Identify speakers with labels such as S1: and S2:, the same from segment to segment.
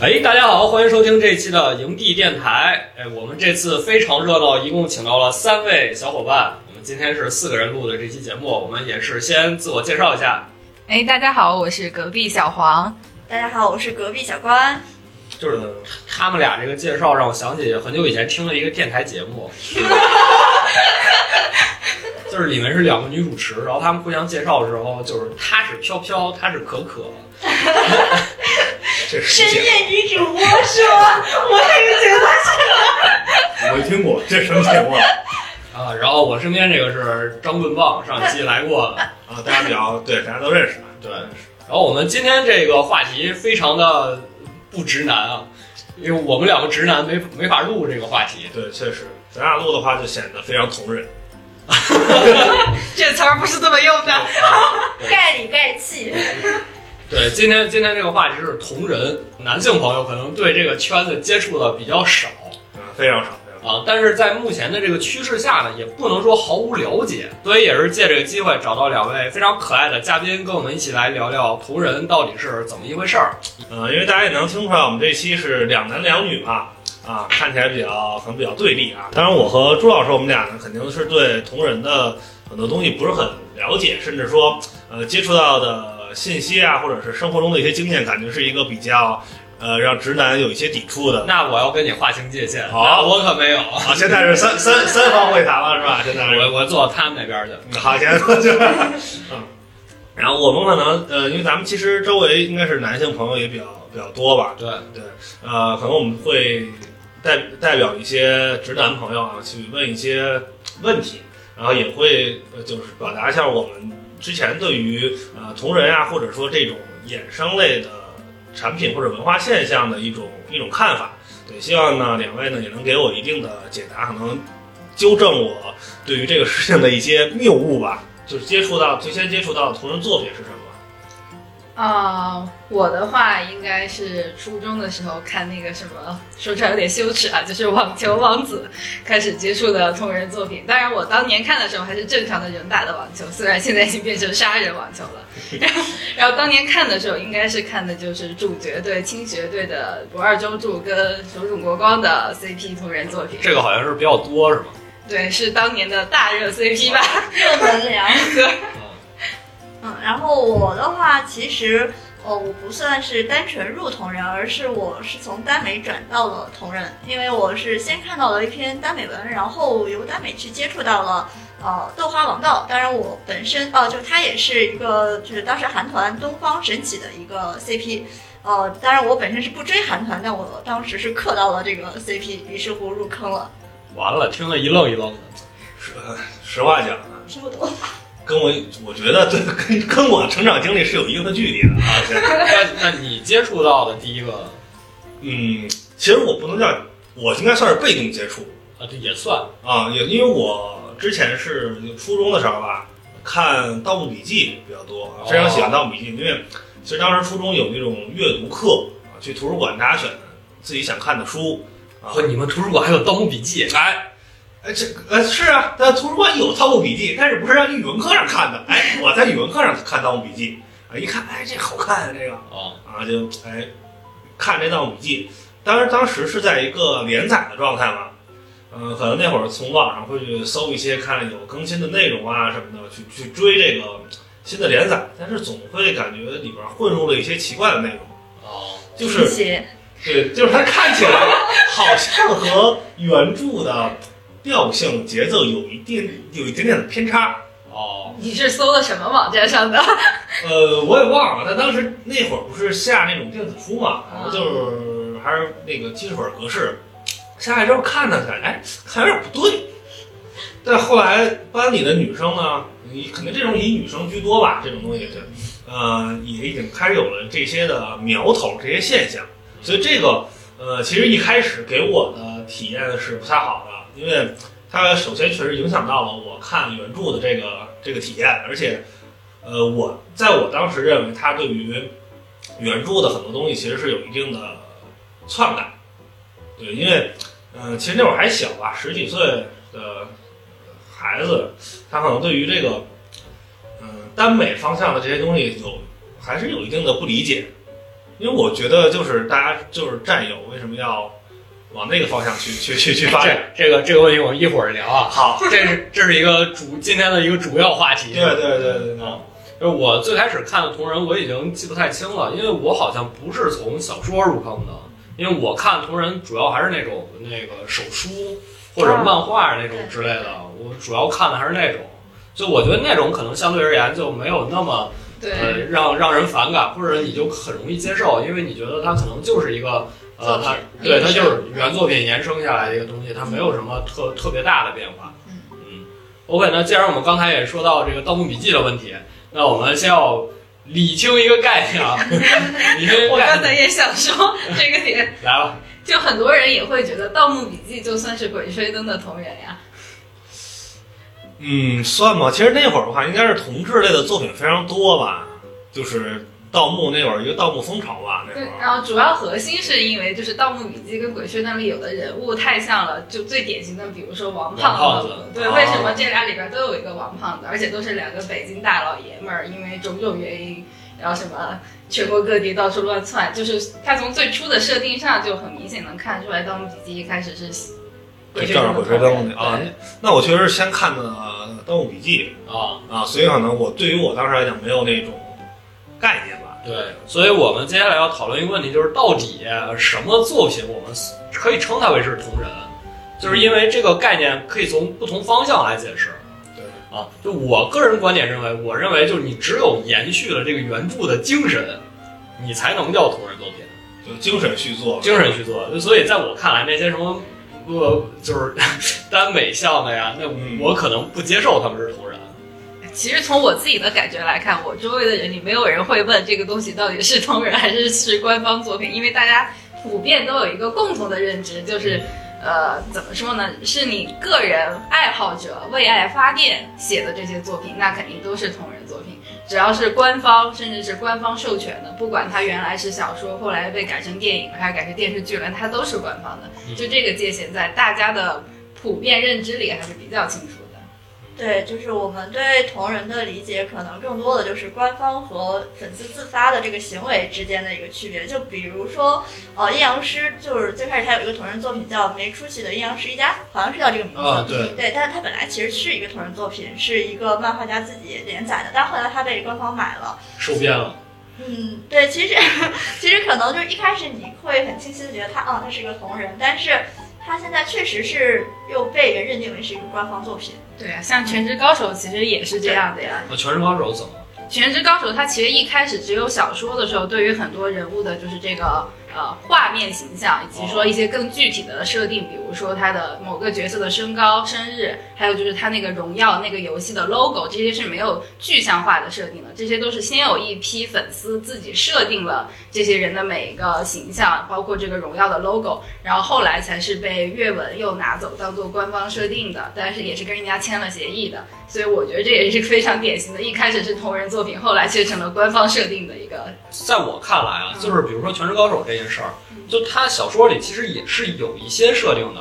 S1: 哎，大家好，欢迎收听这期的营地电台。哎，我们这次非常热闹，一共请到了三位小伙伴。我们今天是四个人录的这期节目，我们也是先自我介绍一下。
S2: 哎，大家好，我是隔壁小黄。
S3: 大家好，我是隔壁小关。
S1: 就是他们俩这个介绍让我想起很久以前听了一个电台节目， 就是里面是两个女主持，然后她们互相介绍的时候，就是她是飘飘，她是可可。这是
S3: 深
S1: 一节
S3: 夜女主播说，我也觉得
S4: 我没听过，这什么节目啊？
S1: 啊，然后我身边这个是张棍棒，上一期来过的。
S4: 啊，大家比较对，大家都认识啊。
S1: 对然后我们今天这个话题非常的不直男啊，因为我们两个直男没没法录这个话题。
S4: 对，确实，咱俩录的话就显得非常同人。
S2: 这词儿不是这么用的。
S3: 盖里盖气。
S1: 对，今天今天这个话题是同人，男性朋友可能对这个圈子接触的比较少
S4: 啊，非常少，非常少。
S1: 啊，但是在目前的这个趋势下呢，也不能说毫无了解，所以也是借这个机会找到两位非常可爱的嘉宾，跟我们一起来聊聊同人到底是怎么一回事儿。
S4: 呃，因为大家也能听出来，我们这期是两男两女嘛，啊，看起来比较可能比较对立啊。当然，我和朱老师我们俩呢，肯定是对同人的很多东西不是很了解，甚至说呃接触到的信息啊，或者是生活中的一些经验，感觉是一个比较呃让直男有一些抵触的。
S1: 那我要跟你划清界限，
S4: 好
S1: 那我可没有，
S4: 啊，现在是三三三方会谈了是吧？现在是
S1: 我我坐他们那边去。
S4: 好钱，就是，嗯，然后我们可能呃，因为咱们其实周围应该是男性朋友也比较比较多吧，
S1: 对。
S4: 呃，可能我们会代代表一些直男朋友啊，去问一些问题，然后也会呃就是表达一下我们之前对于呃同人啊，或者说这种衍生类的产品或者文化现象的一种一种看法。对，希望呢两位呢也能给我一定的解答，可能纠正我对于这个事情的一些谬误吧。就是接触到最先接触到的同人作品是什么？
S2: 啊、我的话应该是初中的时候看那个什么，说出来有点羞耻啊，就是《网球王子》开始接触的同人作品。当然，我当年看的时候还是正常的人打的网球，虽然现在已经变成杀人网球了。然后，然后当年看的时候，应该是看的就是主角队青学队的不二周助跟手冢国光的 CP 同人作品。
S1: 这个好像是比较多，是吗？
S2: 对，是当年的大热 CP 吧？
S3: 热门凉。
S2: 对
S3: 嗯，然后我的话，其实呃，我不算是单纯入同人，而是我是从耽美转到了同人，因为我是先看到了一篇耽美文，然后由耽美去接触到了。呃，豆花王道，当然我本身哦、呃，就它也是一个，就是当时韩团东方神起的一个 CP，呃，当然我本身是不追韩团，但我当时是磕到了这个 CP，于是乎入坑了，
S1: 完了，听了一愣一愣 的。
S4: 实实话讲啊，
S3: 嗯听不懂。
S4: 跟我我觉得对跟跟我成长经历是有一定的距离的啊。现在
S1: 那那你接触到的第一个，
S4: 嗯，其实我不能叫，我应该算是被动接触
S1: 啊，这也算
S4: 啊，也因为我之前是初中的时候吧，看《盗墓笔记》比较多，非常喜欢《盗墓笔记》，因为其实当时初中有那种阅读课啊，去图书馆大家选自己想看的书啊。
S1: 和你们图书馆还有《盗墓笔记》
S4: 哎，哎，这个呃是啊，但图书馆有《盗墓笔记》，但是不是让你语文课上看的？哎，我在语文课上看《盗墓笔记》啊，一看，哎，这好看啊，这个
S1: 啊，
S4: 啊，就哎看这《盗墓笔记》，当然当时是在一个连载的状态嘛，嗯、可能那会儿从网上会去搜一些看有更新的内容啊什么的，去去追这个新的连载，但是总会感觉里边混入了一些奇怪的内容，
S1: 哦，
S4: 就是
S3: 写
S4: 对，就是它看起来好像和原著的调性、节奏有一定有一点点的偏差。
S1: 哦，
S2: 你是搜的什么网站上的？
S4: 呃，我也忘了，但当时那会儿不是下那种电子书嘛，然后就是还是那个记事本格式，下来之后看了看，哎，看有点不对。但后来班里的女生呢，你肯定这种以女生居多吧，这种东西对，呃，也已经开始有了这些的苗头，这些现象。所以这个呃，其实一开始给我的体验是不太好的，因为它首先确实影响到了我看原著的这个这个体验，而且呃，我在我当时认为它对于原著的很多东西其实是有一定的篡改，对，因为嗯、呃其实那会儿还小吧，十几岁的孩子，他可能对于这个嗯、呃耽美方向的这些东西有还是有一定的不理解。因为我觉得就是大家就是战友为什么要往那个方向去去去去 发展？
S1: 这这个这个问题我们一会儿聊啊。
S4: 好，
S1: 这是这是一个主今天的一个主要话题。
S4: 对对对对对，
S1: 就是我最开始看的同人，我已经记不太清了，因为我好像不是从小说入坑的，因为我看同人主要还是那种那个手书或
S4: 啊
S1: 者漫画那种之类的，我主要看的还是那种，就我觉得那种可能相对而言就没有那么。
S2: 对，
S1: 呃，让让人反感，或者你就很容易接受，因为你觉得它可能就是一个
S3: 作
S1: 呃，
S3: 品
S1: 它对它就是原作品延伸下来的一个东西，它没有什么特特别大的变化。
S3: 嗯
S1: 嗯，OK，那既然我们刚才也说到这个《盗墓笔记》的问题，那我们先要理清一个概 念啊，理清一个
S2: 我
S1: 概
S2: 刚
S1: 念，
S2: 才也想说这个点，
S1: 来吧，
S2: 就很多人也会觉得《盗墓笔记》就算是鬼吹灯的同人呀。
S4: 嗯，算吧。其实那会儿的话，应该是同志类的作品非常多吧，就是盗墓那会儿一个盗墓风潮吧，那会
S2: 对，
S4: 儿。
S2: 然后主要核心是因为就是《盗墓笔记》跟《鬼吹灯》里有的人物太像了，就最典型的，比如说王胖
S1: 王胖子
S2: 对，
S4: 哦
S2: 为什么这俩里边都有一个王胖子，而且都是两个北京大老爷们儿，因为种种原因，然后什么全国各地到处乱窜，就是他从最初的设定上就很明显能看出来，《盗墓笔记》一开始是鬼吹
S4: 正是
S2: 灯
S4: 鬼吹灯
S2: 的
S4: 的啊，那我确实是先看的呃《盗墓笔记
S1: 啊，》
S4: 啊，所以可能我对于我当时来讲没有那种概念吧。
S1: 对，所以我们接下来要讨论一个问题，就是到底什么作品我们可以称它为是同人，就是因为这个概念可以从不同方向来解释。
S4: 对
S1: 啊，就我个人观点认为，我认为就是你只有延续了这个原著的精神，你才能叫同人作品，
S4: 就精神续作，
S1: 精神去做。所以在我看来，那些什么呃就是耽美向的呀，那
S4: 嗯
S1: 我可能不接受他们是同人。
S2: 其实从我自己的感觉来看，我周围的人里没有人会问这个东西到底是同人还是是官方作品，因为大家普遍都有一个共同的认知，就是，呃，怎么说呢？是你个人爱好者为爱发电写的这些作品，那肯定都是同人作品。只要是官方，甚至是官方授权的，不管它原来是小说，后来被改成电影，还是改成电视剧了，它都是官方的。
S1: 嗯
S2: 就这个界限在大家的普遍认知里还是比较清楚的。
S3: 对，就是我们对同人的理解，可能更多的就是官方和粉丝自发的这个行为之间的一个区别。就比如说，呃，阴阳师就是最开始他有一个同人作品叫《没出息的阴阳师一家》，好像是叫这个名字。
S1: 啊，对，
S3: 对，但是它本来其实是一个同人作品，是一个漫画家自己连载的，但后来他被官方买了。
S1: 收编了。
S3: 嗯，对，其实 其实可能就是一开始你会很清晰的觉得他啊、他是一个同人，但是他现在确实是又被人认定为是一个官方作品。
S2: 对啊，像《全职高手》其实也是这样的呀。
S1: 那《全职高手》怎么了？
S2: 《全职高手》它其实一开始只有小说的时候，对于很多人物的就是这个呃画面形象，以及说一些更具体的设定，比如说他的某个角色的身高、生日，还有就是他那个荣耀那个游戏的 logo，这些是没有具象化的设定的，这些都是先有一批粉丝自己设定了这些人的每一个形象，包括这个荣耀的 logo，然后后来才是被阅文又拿走当做官方设定的，但是也是跟人家签了协议的。所以我觉得这也是非常典型的，一开始是同人作品，后来却成了官方设定的一个。
S1: 在我看来啊，
S2: 嗯
S1: 就是比如说《全职高手》这件事儿
S2: 嗯，
S1: 就他小说里其实也是有一些设定的，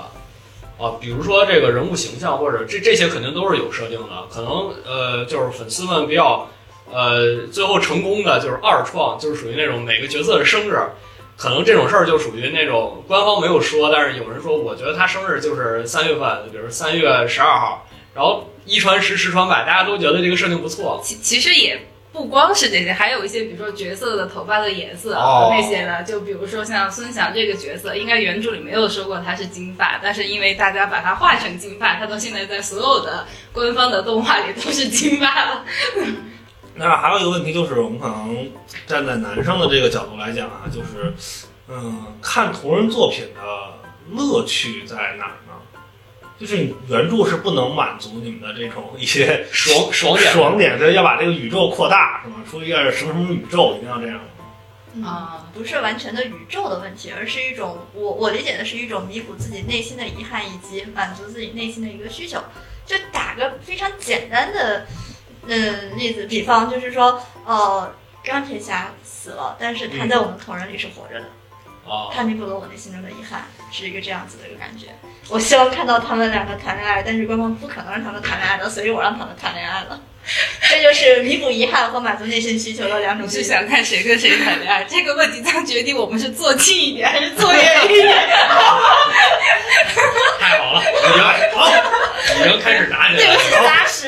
S1: 啊，比如说这个人物形象或者这这些肯定都是有设定的，可能呃就是粉丝们比较呃最后成功的就是二创，就是属于那种每个角色的生日。可能这种事儿就属于那种官方没有说，但是有人说，我觉得他生日就是三月份，比如三月十二号，然后一传十，十传百，大家都觉得这个设定不错，
S2: 其其实也不光是这些，还有一些比如说角色的头发的颜色、啊
S1: 哦
S2: 那些的，就比如说像孙翔这个角色，应该原著里没有说过他是金发，但是因为大家把他画成金发，他到现在在所有的官方的动画里都是金发了。
S4: 那还有一个问题就是，我们可能站在男生的这个角度来讲啊，就是，嗯，看同人作品的乐趣在哪儿呢？就是你原著是不能满足你们的这种一些
S1: 爽爽点，
S4: 爽点，对，要把这个宇宙扩大，是吗？出一个什么什么宇宙，一定要 这样。
S3: 嗯
S2: 啊、
S3: 不是完全的宇宙的问题，而是一种我我理解的是一种弥补自己内心的遗憾以及满足自己内心的一个需求。就打个非常简单的嗯例子，比方就是说，呃，钢铁侠死了，但是
S2: 嗯
S3: 他在我们同人里是活着的，
S1: 啊，
S3: 他弥补了我内心中的遗憾，是一个这样子的一个感觉。我希望看到他们两个谈恋爱，但是官方不可能让他们谈恋爱的，所以我让他们谈恋爱了。 这就是弥补遗憾和满足内心需求的两种
S2: 你
S3: 方
S2: 是
S3: 式。
S2: 想看谁跟谁谈恋爱？这个问题将决定我们是坐近一点还是坐远一点。
S1: 太好了，已经好，已经开始打起
S3: 对
S1: 来
S3: 不
S1: 了。
S3: 起，杂食。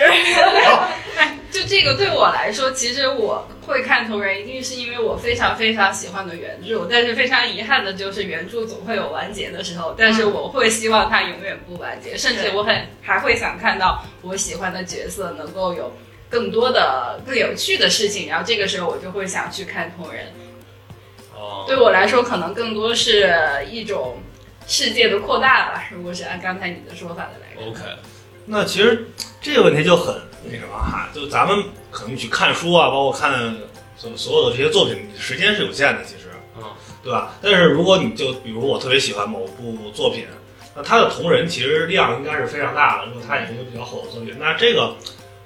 S2: 哎就这个对我来说，其实我会看同人，一定是因为我非常非常喜欢的原著。但是非常遗憾的就是，原著总会有完结的时候。但是我会希望它永远不完结，甚至我很还会想看到我喜欢的角色能够有更多的更有趣的事情。然后这个时候我就会想去看同人。
S1: 哦，
S2: 对我来说，可能更多是一种世界的扩大吧。如果是按刚才你的说法的来看，
S1: ，OK，
S4: 那其实这个问题就很那什么哈，就咱们可能去看书啊，包括看所所有的这些作品，你时间是有限的，其实，
S1: 嗯，
S4: 对吧？但是如果你就比如我特别喜欢某部作品，那它的同人其实量应该是非常大的，如果它也是一个比较火的作品，那这个，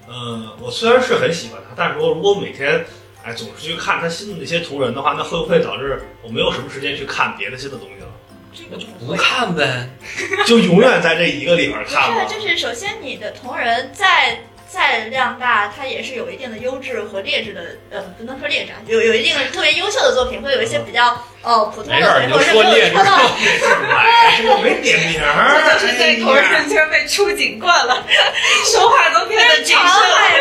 S4: 嗯，我虽然是很喜欢它，但是说如果每天哎总是去看它新的那些同人的话，那会不会导致我没有什么时间去看别的新的东西了？
S3: 这个
S1: 不看呗。
S4: 就永远在这一个里边
S3: 不
S4: 看了
S3: 是，。就是首先你的同人再再量大，它也是有一定的优质和劣质的，呃，不能说劣质，啊，有有一定的特别优秀的作品，会有一些比较呃普通
S1: 没事儿，
S3: 的
S1: 你
S3: 作
S1: 就
S3: 品，
S1: 说
S3: 或者没有
S1: 劣质
S3: 说到。
S1: 吧。
S4: 这是买，这个没点名儿。
S2: 这就是在同
S4: 哎呀
S2: 人圈被出警棍 了，说话都变得
S3: 非
S2: 谨
S3: 常
S2: 慎了。
S3: 害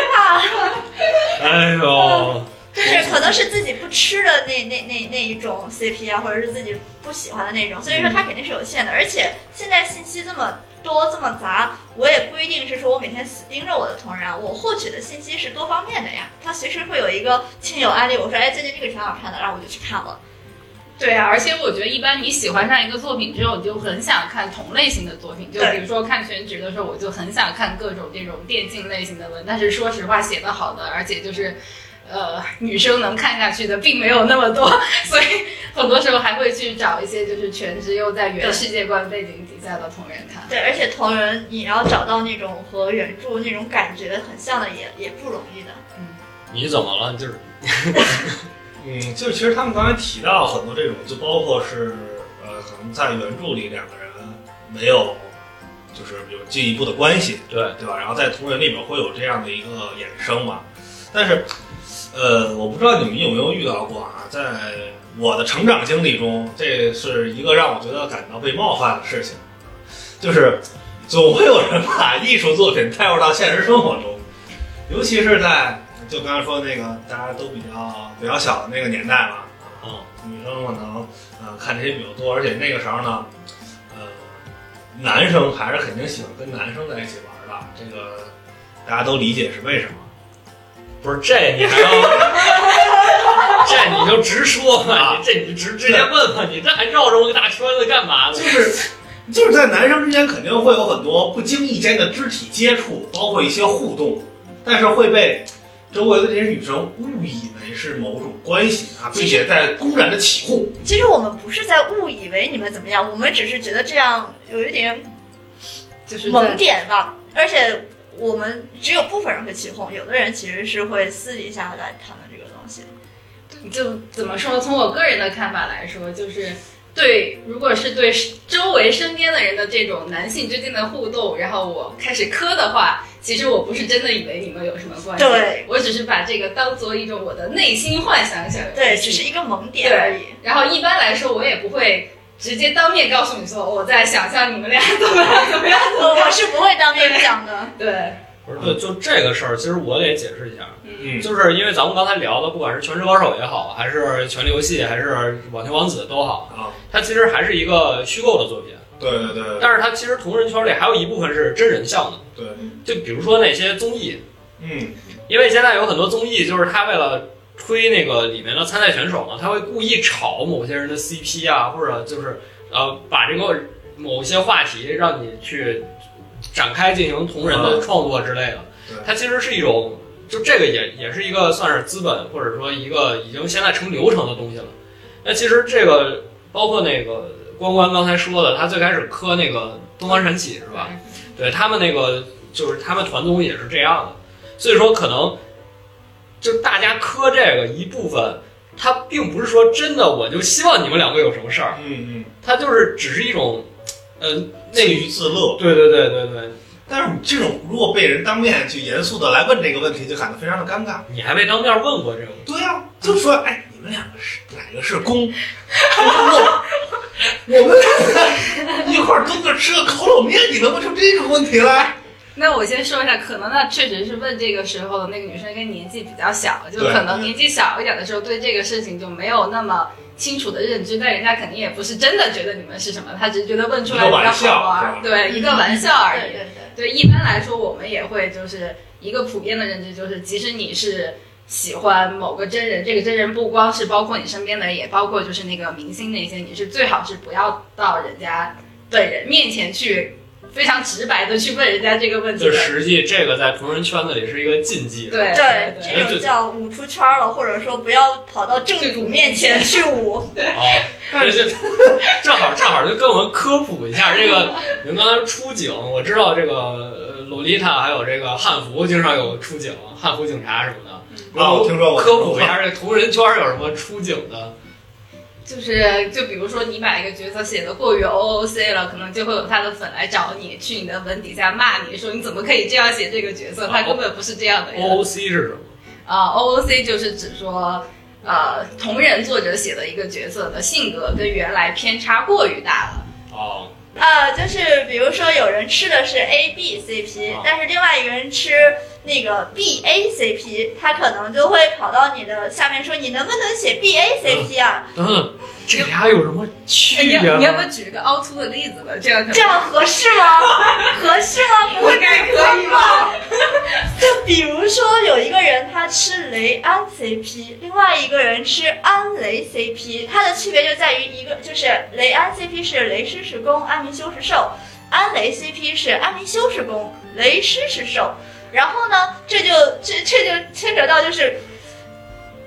S3: 怕，
S1: 哎呦，
S3: 就是可能是自己不吃的那那那那一种 CP 啊，或者是自己不喜欢的那种，所以说它肯定是有限的。而且现在信息这么多这么杂，我也不一定是说我每天死盯着我的同人啊，我获取的信息是多方面的呀。它随时会有一个亲友案例，我说哎最近这个挺好看的，然后我就去看了。
S2: 对啊，而且我觉得一般你喜欢上一个作品之后，你就很想看同类型的作品。就
S3: 对
S2: 比如说看全职的时候，我就很想看各种这种电竞类型的文，但是说实话，写的好的，而且就是。呃，女生能看下去的并没有那么多， 所以很多时候还会去找一些就是全职又在原
S3: 对
S2: 世界观背景底下的同人看。
S3: 对，而且同人你要找到那种和原著那种感觉很像的也也不容易的。
S1: 你怎么了？就是
S4: 嗯，就是其实他们刚才提到很多这种，就包括是呃，可能在原著里两个人没有就是有进一步的关系，
S1: 对，
S4: 对吧？然后在同人里面会有这样的一个衍生嘛。但是，呃，我不知道你们有没有遇到过啊，在我的成长经历中，这是一个让我觉得感到被冒犯的事情，就是总会有人把艺术作品带入到现实生活中，尤其是在就刚才说那个大家都比较比较小的那个年代嘛，
S1: 嗯，
S4: 女生可能呃看这些比较多，而且那个时候呢，呃，男生还是肯定喜欢跟男生在一起玩的，这个大家都理解是为什么。
S1: 不是这你还 要，这你就直说嘛，
S4: 啊
S1: 你这你直直接问问，你这还绕着我个大圈子干嘛呢
S4: 就？是就是在男生之间肯定会有很多不经意间的肢体接触，包括一些互动，但是会被周围的这些女生误以为是某种关系啊，并且在公然的起哄。
S3: 其实我们不是在误以为你们怎么样，我们只是觉得这样有一点
S2: 就是在
S3: 萌点吧。而且我们只有部分人会起哄，有的人其实是会私底下来谈论这个东西。
S2: 就怎么说？从我个人的看法来说，就是对，如果是对周围身边的人的这种男性之间的互动，然后我开始磕的话，其实我不是真的以为你们有什么关系，
S3: 对，
S2: 我只是把这个当做一种我的内心幻想小游戏，
S3: 对，只是一个萌点而已。
S2: 然后一般来说，我也不会直接当面告诉你说我在想象你们俩怎么样怎么样怎
S3: 我
S2: 么
S3: 我
S2: 样，
S3: 是不会当面讲的。
S2: 对，
S1: 不是，对，就这个事儿，其实我得解释一下，
S4: 嗯，
S1: 就是因为咱们刚才聊的，不管是《全职高手》也好，还是《权力游戏》，还是《网球王子》都好，
S4: 啊，
S1: 它其实还是一个虚构的作品，
S4: 对对对
S1: 但是它其实同人圈里还有一部分是真人像的，
S4: 对，
S1: 就比如说那些综艺，
S4: 嗯，
S1: 因为现在有很多综艺，就是他为了推那个里面的参赛选手嘛，他会故意炒某些人的 CP 啊，或者就是呃，把这个某些话题让你去展开进行同人的创作之类的
S4: 对。
S1: 它其实是一种，就这个也也是一个算是资本，或者说一个已经现在成流程的东西了。那其实这个包括那个关关刚才说的，他最开始磕那个东方神起是吧？？对他们那个就是他们团综也是这样的，所以说可能就是大家磕这个一部分，他并不是说真的我就希望你们两个有什么事儿，
S4: 嗯嗯，
S1: 他就是只是一种，呃，
S4: 自
S1: 那
S4: 娱自乐。
S1: 对对对对对，
S4: 但是这种如果被人当面去严肃的来问这个问题，就感到非常的尴尬。
S1: 你还没当面问过这个问
S4: 对呀、就说哎，你们两个是哪个是 公？我我们俩一块儿蹲着吃个烤冷面，你能问出这个问题来？
S2: 那我先说一下，可能那确实是问这个时候的那个女生，跟年纪比较小，就
S4: 对
S2: 可能年纪小一点的时候，对这个事情就没有那么清楚的认知，但人家肯定也不是真的觉得你们是什么，他只是觉得问出来
S4: 一
S2: 比
S4: 个
S2: 较
S4: 玩笑
S2: 好玩
S4: 是吧
S2: 儿，对，一个玩笑而
S3: 对
S2: 已。
S3: 对
S2: 对，
S3: 对，
S2: 一般来说，我们也会就是一个普遍的认知，就是即使你是喜欢某个真人，这个真人不光是包括你身边的人，也包括就是那个明星那些，你是最好是不要到人家本人面前去非常直白的去问人家这个问
S1: 题，
S2: 题
S1: 就
S2: 的。
S1: 实际这个在同人圈子里是一个禁忌。
S2: 对
S3: 对，
S2: 对，
S3: 这种叫舞出圈了，或者说不要跑到正主面前去舞。
S1: 哦，这这正好正好就跟我们科普一下这个，你们刚才出警，我知道这个呃洛丽塔还有这个汉服经常有出警，汉服警察什么的。然
S4: 啊，我
S1: 后
S4: 听说过
S1: 科普一下这同人圈有什么出警的？
S2: 就是就比如说你把一个角色写的过于 O O C 了，可能就会有他的粉来找你，去你的文底下骂你说你怎么可以这样写这个角色，他根本不是这样的人。
S1: OOC 是什么？
S2: 啊、o o c 就是指说，呃，同人作者写的一个角色的性格跟原来偏差过于大了。
S1: 哦，
S3: 啊，就是比如说有人吃的是 A B C P，
S1: 啊
S3: 但是另外一个人吃那个 B A C P，他可能就会跑到你的下面说：“你能不能写 B A C P 啊？
S1: 等等，嗯这俩有什么区
S2: 你
S1: 别
S2: 要
S1: 吗
S2: 你要不要举一个凹凸的例子吧？这样可能
S3: 这样合适吗？ 合适吗？不会
S2: 应该可以吧？
S3: 就比如说有一个人他吃雷安 CP，另外一个人吃安雷 CP，它的区别就在于一个就是雷安 CP 是雷狮是公，安明修是受；安雷 CP 是安明修是公，雷狮是受。然后呢，这就这这就牵扯到就是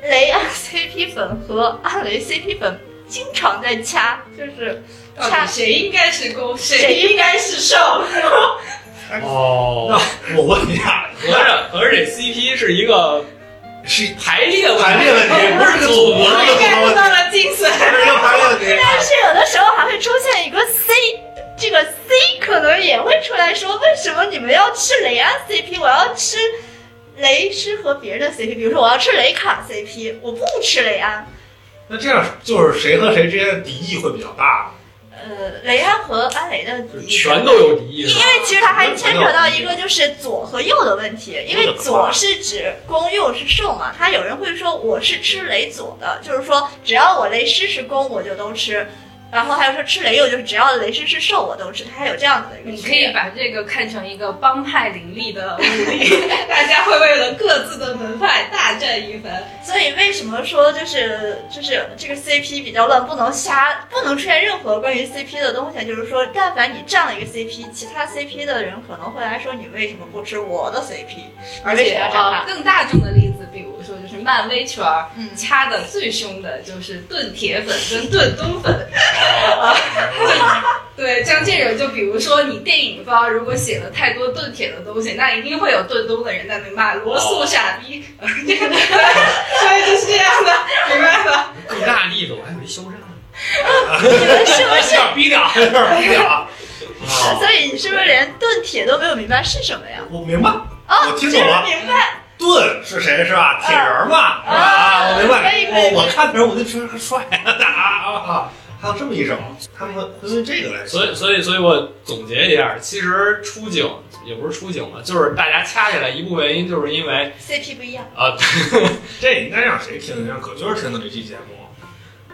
S3: 雷安 CP 粉和安雷 CP 粉经常在掐，就是
S2: 到底谁应该是攻，
S3: 谁
S2: 谁应该是受？
S1: 哦，
S4: 那我问一下，
S1: 合着合着这 CP 是一个
S4: 是
S1: 排列问题
S4: 排列问题，不是个组合
S2: 我
S4: 的
S2: 应该知
S4: 问题，
S2: 道了精 髓。
S4: 不是一个排列问题。
S3: 但是有的时候还会出现一个 C，这个 C 可能也会出来说，为什么你们要吃雷安 CP，我要吃雷吃和别人的 CP，比如说我要吃雷卡 CP，我不吃雷啊安，
S4: 那这样就是谁和谁之间的敌意会比较 大？
S3: 呃，雷安和安雷的
S1: 就是全都有敌意
S3: 因
S1: 是吧？
S3: 为其实它还牵扯到一个就是左和右的问题，因为左是指攻，右是受嘛。他有人会说我是吃雷左的，就是说只要我雷狮是攻，我就都吃。然后还有说吃雷右，就是只要雷狮是受，我都吃。它还有这样子的一个
S2: 你
S3: 区
S2: 可
S3: 别
S2: 以把这个看成一个帮派林立的武林， 大家会为了各自的门派大战一番。
S3: 所以为什么说就是就是这个 CP 比较乱，不能瞎，不能出现任何关于 CP 的东西？就是说，但凡你占了一个 CP，其他 CP 的人可能会来说你为什么不吃我的 CP，
S2: 而
S3: 为
S2: 且
S3: 什么要占
S2: 啊，
S3: 他？
S2: 更大众的例子，比如说就是漫威圈儿，
S3: 嗯
S2: 掐的最凶的就是炖铁粉跟炖冬粉。
S1: 哦
S2: 对，像这种就比如说你电影方如果写了太多炖铁的东西，那一定会有炖冬的人在那骂罗素傻逼，这个所以就是这样 的，明白吧？
S1: 更大例子我还以为肖战呢。
S3: 你们是不
S4: 有
S3: 是？
S4: 点逼掉，有点逼掉。啊
S1: 哦
S3: 所以你是不是连炖铁都没有明白是什么呀？
S4: 我明白，
S3: 哦，
S4: 我听懂了
S3: 这个明白。
S4: 盾是谁是吧？铁人嘛，是吧？啊，我明白。
S3: 可以可以
S4: 我我看的时候我就觉得帅 啊啊啊！还有这么一首，他们会用这个来说。
S1: 所以，所以，所以我总结一下，其实出警也不是出警吧，就是大家掐起来一部分原因，就是因为
S3: CP 不一样，
S1: 啊、
S4: 这应该让谁听？让葛军听的这期节目。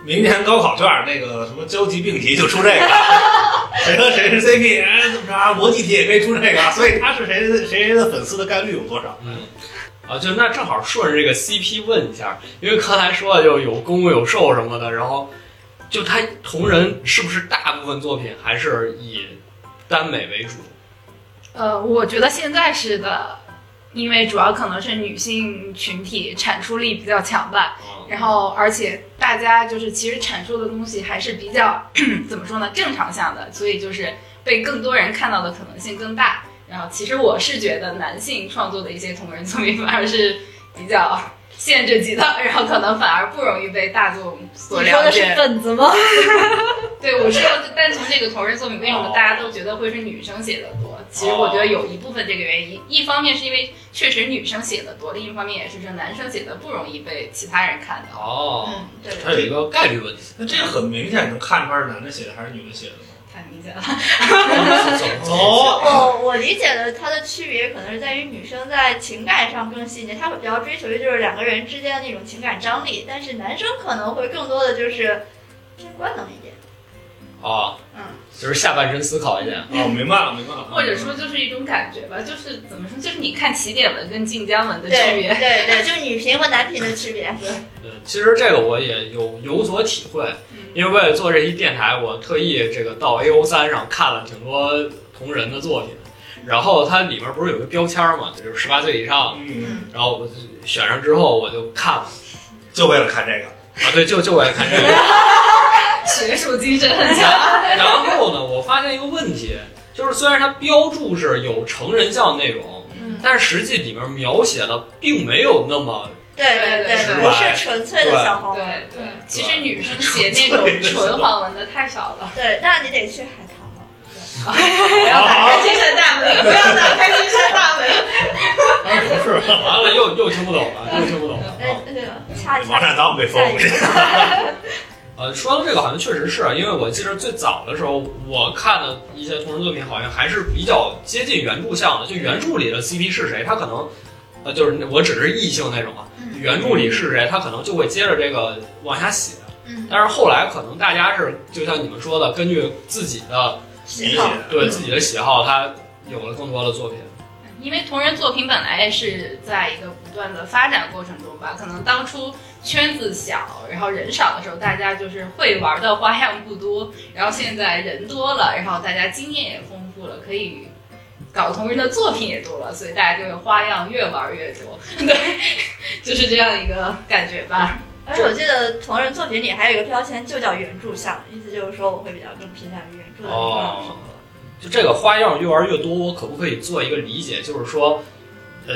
S4: 明年高考卷那个什么交集并题就出这个，谁和谁是 CP，哎，怎么着啊？逻辑题也可以出这个，所以他是谁的谁谁的粉丝的概率有多少？
S1: 嗯，啊，就那正好顺着这个 CP 问一下，因为刚才说的就有攻有受什么的，然后就他同人是不是大部分作品还是以耽美为主？
S2: 呃，我觉得现在是的，因为主要可能是女性群体产出力比较强吧。
S1: 啊，
S2: 然后，而且大家就是其实阐述的东西还是比较 怎么说呢，正常向的，所以就是被更多人看到的可能性更大。然后，其实我是觉得男性创作的一些同人作品反而是比较限制级的，然后可能反而不容易被大众所
S3: 你说
S2: 了
S3: 的是
S2: 解。
S3: 本子吗？
S2: 对，我知道，但从这个同人作品为什么大家都觉得会是女生写的多？其实我觉得有一部分这个原因，一方面是因为确实女生写的多，另一方面也是这男生写的不容易被其他人看到。
S1: 哦，
S2: 嗯，
S3: 对，
S1: 它有一个概率问 题，
S4: 那这个很明显能看出来是男的写的还是女的写的吗？
S2: 太明显了。
S1: 怎么
S4: 哦
S1: 走？
S3: 我哦我理解的它的区别可能是在于女生在情感上更细腻，她会比较追求的就是两个人之间的那种情感张力，但是男生可能会更多的就是偏官能一点。
S1: 啊，
S3: 嗯，
S1: 就是下半身思考一点，
S4: 哦，明白了，明白了。
S2: 或者说就是一种感觉吧，就是怎么说，就是你看起点文跟晋江文的区
S3: 对
S2: 别。
S3: 对对，就是女频和男频的区别。
S1: 嗯，其实这个我也有有所体会，
S2: 嗯
S1: 因为为了做这期电台，我特意这个到 A O 三上看了挺多同人的作品，然后它里面不是有个标签嘛，就是十八岁以上，
S4: 嗯，
S3: 嗯，
S1: 然后我就选上之后我就看了，
S4: 就为了看这个，
S1: 啊对，就就我也看这个，
S2: 学术精神很强。
S1: 然后呢，我发现一个问题，就是虽然它标注是有成人向内容，
S3: 嗯
S1: 但是实际里面描写的并没有那么
S3: 对对
S2: 对对
S3: 对，不是纯粹的小黄文。
S2: 对对，其实女生写那种纯黄文的太少 了。
S3: 对，那你得去海棠了。
S2: 不要打开精神大门，不要打开精神大门。
S4: 当然不是 吧，
S1: 完了又又听不懂了，又听不懂了。啊
S4: 哦
S3: 哎，对，恰恰。
S4: 王占当被封过去。
S1: 呃，说到这个，好像确实是啊因为我记得最早的时候，我看的一些同人作品，好像还是比较接近原著向的。就原著里的 CP 是谁，他可能，呃，就是我只是异性那种啊。
S3: 嗯
S1: 原著里是谁，他可能就会接着这个往下写。
S3: 嗯，
S1: 但是后来可能大家是，就像你们说的，根据自己的
S3: 喜
S4: 好
S3: 好。
S1: 对
S4: 嗯
S1: 自己的喜好，他有了更多的作品。
S2: 因为同人作品本来也是在一个不断的发展过程中吧，可能当初圈子小，然后人少的时候，大家就是会玩的花样不多，然后现在人多了，然后大家经验也丰富了，可以搞同人的作品也多了，所以大家这个花样越玩越多， 对，就是这样一个感觉吧。
S3: 而且我记得同人作品里还有一个标签，就叫原著向，意思就是说我会比较更偏向于原著的那种
S1: 哦就这个花样越玩越多，我可不可以做一个理解，就是说，呃，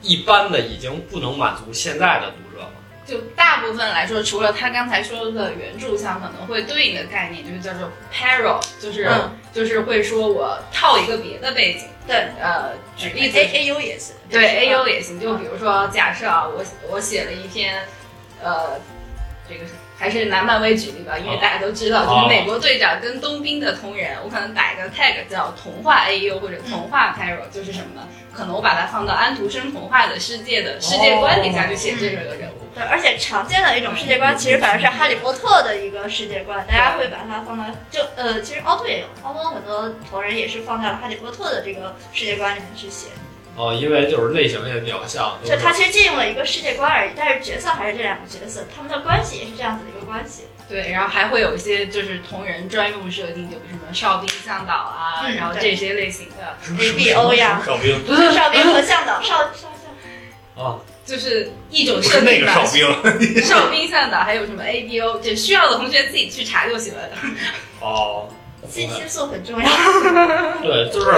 S1: 一般的已经不能满足现在的读者了。
S2: 就大部分来说，除了他刚才说的原著项，可能会对应的概念就是叫做 parallel，就是、
S3: 嗯
S2: 就是会说我套一个别的背景。
S3: 对，
S2: 呃，举例子，
S3: A A U 也是。
S2: 对 A U 也行。就比如说，假设啊，我我写了一篇，呃，这个还是拿漫威举例吧，因为
S1: 哦
S2: 大家都知道，就
S1: 哦
S2: 是美国队长跟冬兵的同人，我可能打一个 tag 叫童话 A U 或者童话 p a r o 就是什么呢？可能我把它放到安徒生童话的世界的世界观底下去写这个人物。
S3: 对，而且常见的一种世界观，其实反而是《哈利波特》的一个世界观，大家会把它放到就呃，其实凹凸也有，凹凸很多同人也是放在了《哈利波特》的这个世界观里面去写，
S1: 哦，因为就是类型也比较像，
S3: 就
S1: 都是
S3: 它其实借用了一个世界观而已，但是角色还是这两个角色，他们的关系也是这样子的一个关系。
S2: 对，然后还会有一些就是同人专用设定，就比如什么哨兵向导啊，
S3: 嗯
S2: 然后这些类型的，
S1: 什么
S3: A
S1: 什
S3: B
S1: 么
S3: O 呀，
S4: 哨兵
S3: 哨兵和向导，哨哨
S1: 啊，
S2: 就是一种
S4: 不是
S2: 设
S4: 那
S2: 定
S4: 个
S2: 吧。
S4: 哨兵，
S2: 哨兵向导还有什么 A B O，这需要的同学自己去查就行了。
S1: 哦，
S3: 向，信息素很重要。
S1: 对，就是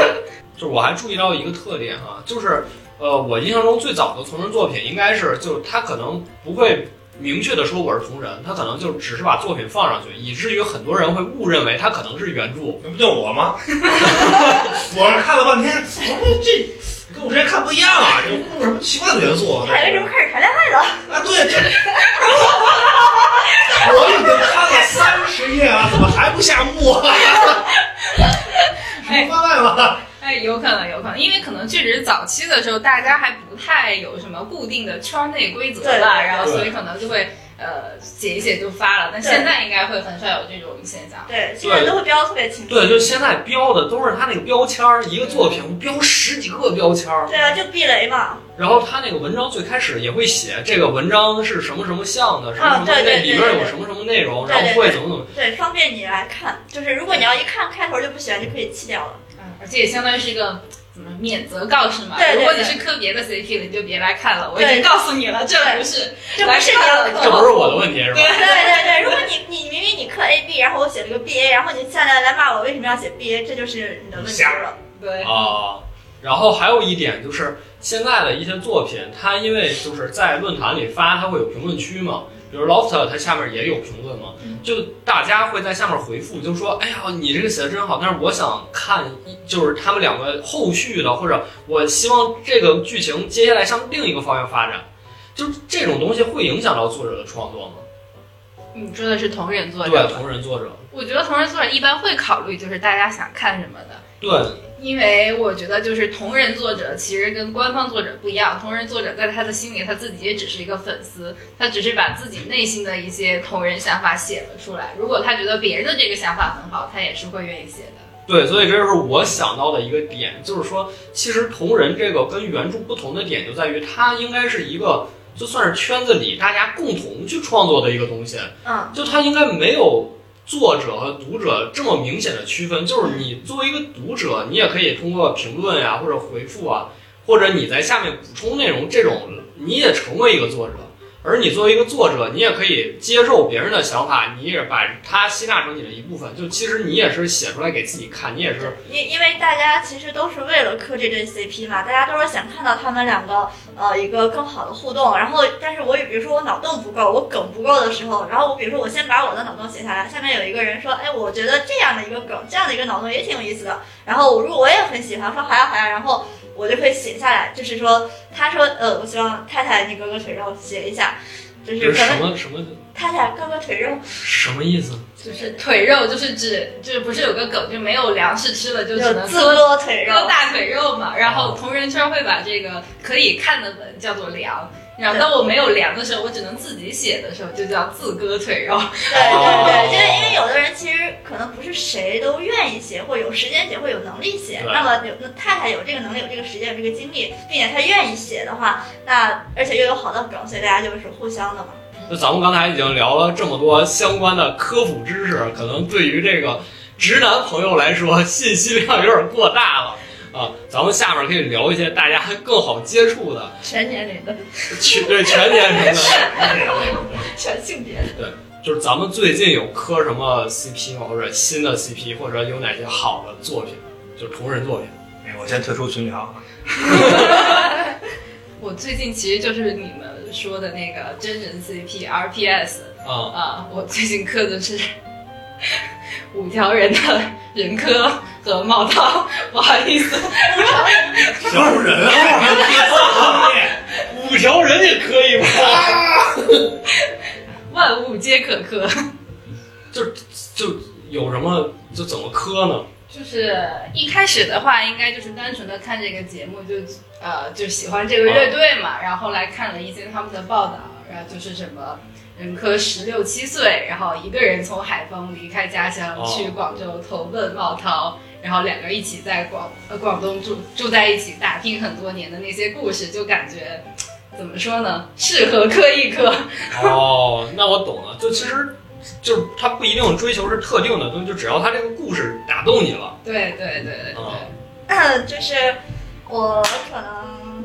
S1: 就是我还注意到一个特点啊，就是呃，我印象中最早的同人作品应该是，就是他可能不会明确的说我是同人，他可能就只是把作品放上去，以至于很多人会误认为他可能是原著。
S4: 那不就 我吗？我看了半天，我说这跟我之前看不一样啊，这有什么奇怪的元素啊？
S3: 还为什么开始谈恋爱了？
S4: 啊，对，这我已经看了三十页啊了，怎么还不下幕
S3: 哎
S4: 啊？什么番外吗？
S2: 哎，有可能，有可能，因为可能确实早期的时候大家还不太有什么固定的圈内规则
S3: 对对
S2: 吧，
S3: 对
S2: 然后
S1: 对
S2: 所以可能就会呃写一写就发了，但
S3: 对
S2: 现在应该会很少有这种现象。
S3: 对，现在都会标得特别清楚。
S1: 对，就现在标的都是他那个标签儿，一个作品标十几个标签儿，
S3: 对啊，就避雷嘛。
S1: 然后他那个文章最开始也会写这个文章是什么什么项的，什么什
S3: 啊
S1: 么
S3: 对
S1: 那
S3: 对
S1: 里
S3: 对
S1: 边
S3: 对
S1: 有什么什么内容，
S3: 对
S1: 然后
S3: 对
S1: 会
S3: 对
S1: 怎么怎么，
S3: 对，方便你来看，就是如果你要一看开头就不喜欢，就可以弃掉了。
S2: 嗯，而且也相当于是一个怎么免责告示嘛。
S3: 对对对
S2: 如果你是磕别的 CP 了，你就别来看了，我已经
S3: 对
S2: 告诉你了，这不是
S3: 这不
S2: 来
S3: 是你
S2: 看
S3: 要
S2: 了
S3: 磕
S1: 这不是我的问题是吧？
S3: 对对对，如果你你明明你刻 A B，然后我写了个 B A，然后你下来来骂我为什么要写 B A，这就是你的问题了。
S2: 对。
S1: 啊。然后还有一点就是，现在的一些作品，它因为就是在论坛里发，它会有评论区嘛。比如 Loft 它下面也有评论嘛
S3: 嗯，
S1: 就大家会在下面回复，就说哎呀你这个写的真好，但是我想看一就是他们两个后续的，或者我希望这个剧情接下来向另一个方向发展，就是这种东西会影响到作者的创作吗？
S2: 你说的是同人作
S1: 对，啊
S2: 者吧，
S1: 同人作者，
S2: 我觉得同人作者一般会考虑就是大家想看什么的。
S1: 对，
S2: 因为我觉得，就是同人作者其实跟官方作者不一样，同人作者在他的心里，他自己也只是一个粉丝，他只是把自己内心的一些同人想法写了出来。如果他觉得别人的这个想法很好，他也是会愿意写的。
S1: 对，所以这就是我想到的一个点，就是说，其实同人这个跟原著不同的点就在于，它应该是一个就算是圈子里大家共同去创作的一个东西，
S3: 嗯，
S1: 就它应该没有作者和读者这么明显的区分。就是
S3: 嗯
S1: 你作为一个读者，你也可以通过评论呀、或者回复啊，或者你在下面补充内容，这种你也成为一个作者。而你作为一个作者，你也可以接受别人的想法，你也把它吸纳成你的一部分。就其实你也是写出来给自己看，你也是
S3: 因因为大家其实都是为了磕这对 CP 嘛，大家都是想看到他们两个呃一个更好的互动。然后，但是我比如说我脑洞不够，我梗不够的时候，然后我比如说我先把我的脑洞写下来，下面有一个人说，哎，我觉得这样的一个梗，这样的一个脑洞也挺有意思的。然后我如果我也很喜欢，说好呀好呀，然后我就会写下来，就是说他说呃，我希望太太你割割腿肉，写一下，就
S1: 这
S3: 是
S1: 是
S3: 可
S1: 什
S3: 能
S1: 么什么
S3: 太太割割腿肉。
S1: 什么意思？
S2: 就是腿肉，就是指就是不是有个梗，就没有粮食吃了，就只
S3: 有
S2: 能
S3: 自
S2: 割
S3: 割腿肉
S2: 割，大腿肉嘛。然后同人圈会把这个可以看的文叫做粮。然后当我没有粮的时候，我只能自己写的时候，就叫自割腿肉。
S3: 对对对，就是因为有的人其实可能不是谁都愿意写，或有时间写，或有能力写。
S1: 对
S3: 那么有那太太有这个能力，有这个时间，有这个精力，并且她愿意写的话，那而且又有好的梗，所以大家就是互相的嘛。
S1: 那咱们刚才已经聊了这么多相关的科普知识，可能对于这个直男朋友来说，信息量有点过大了啊。咱们下面可以聊一些大家更好接触的
S3: 全年龄的，
S1: 全对全年龄的，
S3: 全性别的。
S1: 就是咱们最近有磕什么 CP 吗？或者新的 CP，或者有哪些好的作品，就是同人作品。
S4: 哎，我先退出群聊。
S2: 我最近其实就是你们说的那个真人 CP RPS
S1: 啊、
S2: 啊，我最近磕的是 五条人的人科和猫刀，不好意思，
S4: 小主人啊，
S1: 五条人也可以吧？
S2: 万物皆可磕。
S1: 就有什么就怎么磕呢？
S2: 就是一开始的话，应该就是单纯的看这个节目就，呃就喜欢这个乐队嘛，然后来看了一些他们的报道，然后就是什么任科十六七岁，然后一个人从海丰离开家乡
S1: 哦
S2: 去广州投奔茂涛，然后两个人一起在广呃广东住住在一起打拼很多年的那些故事，就感觉怎么说呢，适合磕一磕。
S1: 哦，那我懂了。就其实，就是他不一定追求是特定的东西，就只要他这个故事打动你了，
S2: 对对对对对，
S1: 哦
S3: 就是我可能，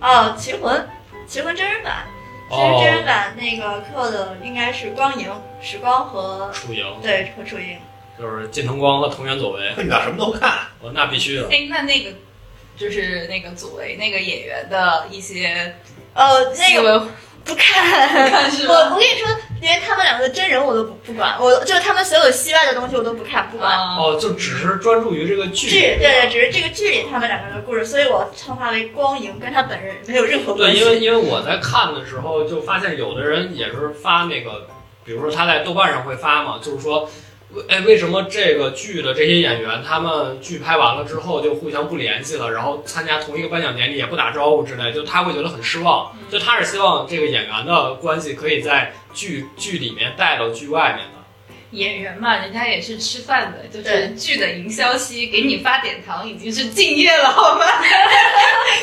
S3: 哦，棋魂，棋魂真人版，其实真人
S1: 哦，
S3: 版那个刻的应该是光影、时光和
S1: 哦楚莹
S3: 对和楚莹。
S1: 就是近藤光和藤原佐为，
S4: 你咋什么都看？
S1: 哦，那必须的。
S2: 哎，那那个就是那个组为那个演员的一些。
S3: 呃，那
S2: 那
S3: 个
S2: 个
S3: 不看。
S2: 看是
S3: 我
S2: 吧？
S3: 我跟你说，连他们两个的真人我都不不管，我就是他们所有戏外的东西我都不看不管。
S2: 啊，
S1: 哦，就只是专注于这个剧。
S3: 剧对对，只是这个剧里他们两个人的故事，所以我称他为光影，跟他本人没有任何关
S1: 对，
S3: 系。
S1: 因为因为我在看的时候就发现，有的人也是发那个，比如说他在豆瓣上会发嘛，就是说，哎，为什么这个剧的这些演员，他们剧拍完了之后就互相不联系了，然后参加同一个颁奖典礼也不打招呼之类，就他会觉得很失望。就他是希望这个演员的关系可以在剧剧里面带到剧外面的。
S2: 演员嘛，人家也是吃饭的，就是
S3: 对
S2: 剧的营销期给你发点糖已经是敬业了，好吗？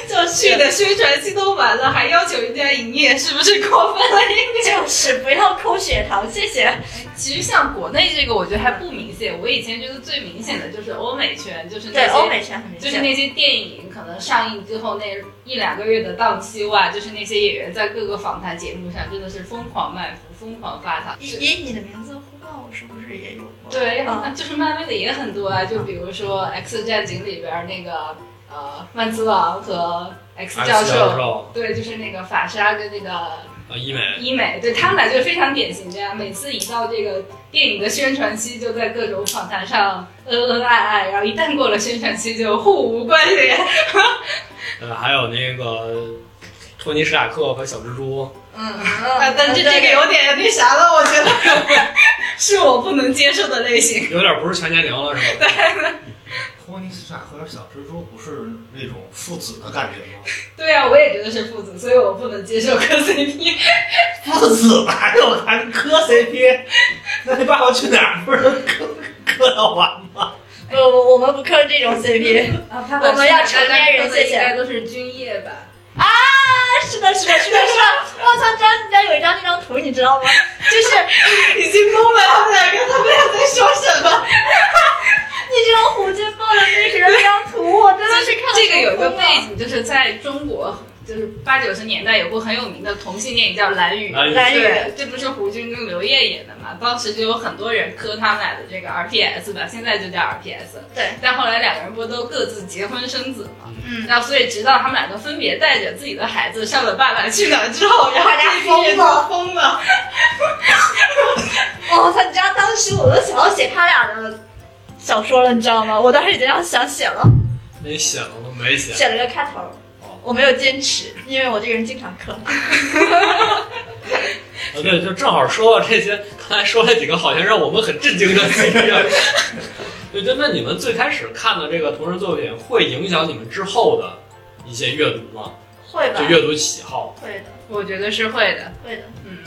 S2: 就剧的宣传期都完了，还要求人家营业，是不是过分了一点？
S3: 就是不要抠血糖，谢谢。
S2: 其实像国内这个，我觉得还不明显。我以前觉得最明显的就是欧美圈，就是那
S3: 对，
S2: 些
S3: 欧美圈很明
S2: 就是
S3: 显。
S2: 那些电影可能上映之后那一两个月的档期外，就是那些演员在各个访谈节目上真的是疯狂卖腐、疯狂发糖。
S3: 以以你的名字呼唤我，是不是也有过？
S2: 对，
S3: 嗯
S2: 就是漫威的也很多啊，就比如说《X 战警》里边儿那个呃万磁王和 X 教授，嗯
S1: 授，
S2: 对，就是那个法鲨跟那个
S1: 啊，医美
S2: 医美，对他们俩就是非常典型的呀。每次一到这个电影的宣传期，就在各种访谈上恩恩爱爱，然后一旦过了宣传期，就互无关联。
S1: 呃，还有那个托尼·史塔克和小蜘蛛，
S3: 嗯，
S2: 啊，但这这个有点那啥了，我觉得 是我不能接受的类型。
S1: 有点不是全年龄了，是吧？
S4: 托尼·斯塔克小蜘蛛不是那种父子的感觉吗？
S2: 对啊，我也觉得是父子，所以我不能接受 磕 CP。
S4: 父子还有还磕 CP，那你爸爸去哪儿不是磕磕到完吗？
S3: 不，我我们不磕这种 CP。
S2: 啊，他
S3: 我们要成年人谢谢
S2: 应该都是军夜吧？
S3: 啊是的，是的，是的，是的。我操，张你家有一张那张图，你知道吗？就是
S2: 已经懵了，他们两个，他们俩在说什么？
S3: 你这个胡金豹的那时的那张图，我真的是看
S2: 这个有一个
S3: 疯了
S2: 背景，就是在中国，就是八九十年代有部很有名的同性电影叫《蓝雨》，
S1: 蓝雨
S3: 蓝雨
S2: 对，这不是胡军跟刘烨演的嘛？当时就有很多人磕他们俩的这个 RPS 吧，现在就叫 RPS。
S3: 对，
S2: 但后来两个人不都各自结婚生子嘛？
S3: 嗯
S2: 那所以直到他们两个分别带着自己的孩子上了《爸爸去哪儿》之后，然后
S3: 大家
S2: 这批人就疯
S3: 疯了
S2: 了。
S3: 我操！你知道哦当时我都想要写他俩的小说了，你知道吗？我当时已经要想写了，
S1: 那你写了吗？没写。
S3: 写了个开头
S1: 哦，
S3: 我没有坚持，因为我这个人经常磕。
S1: 啊，对，就正好说到这些，刚才说了几个好像让我们很震惊的 CP 啊。 对，就那你们最开始看的这个同人作品，会影响你们之后的一些阅读吗？
S3: 会吧
S1: 就？阅读喜好。
S3: 会的，
S2: 我觉得是会的，
S3: 会的。
S2: 嗯，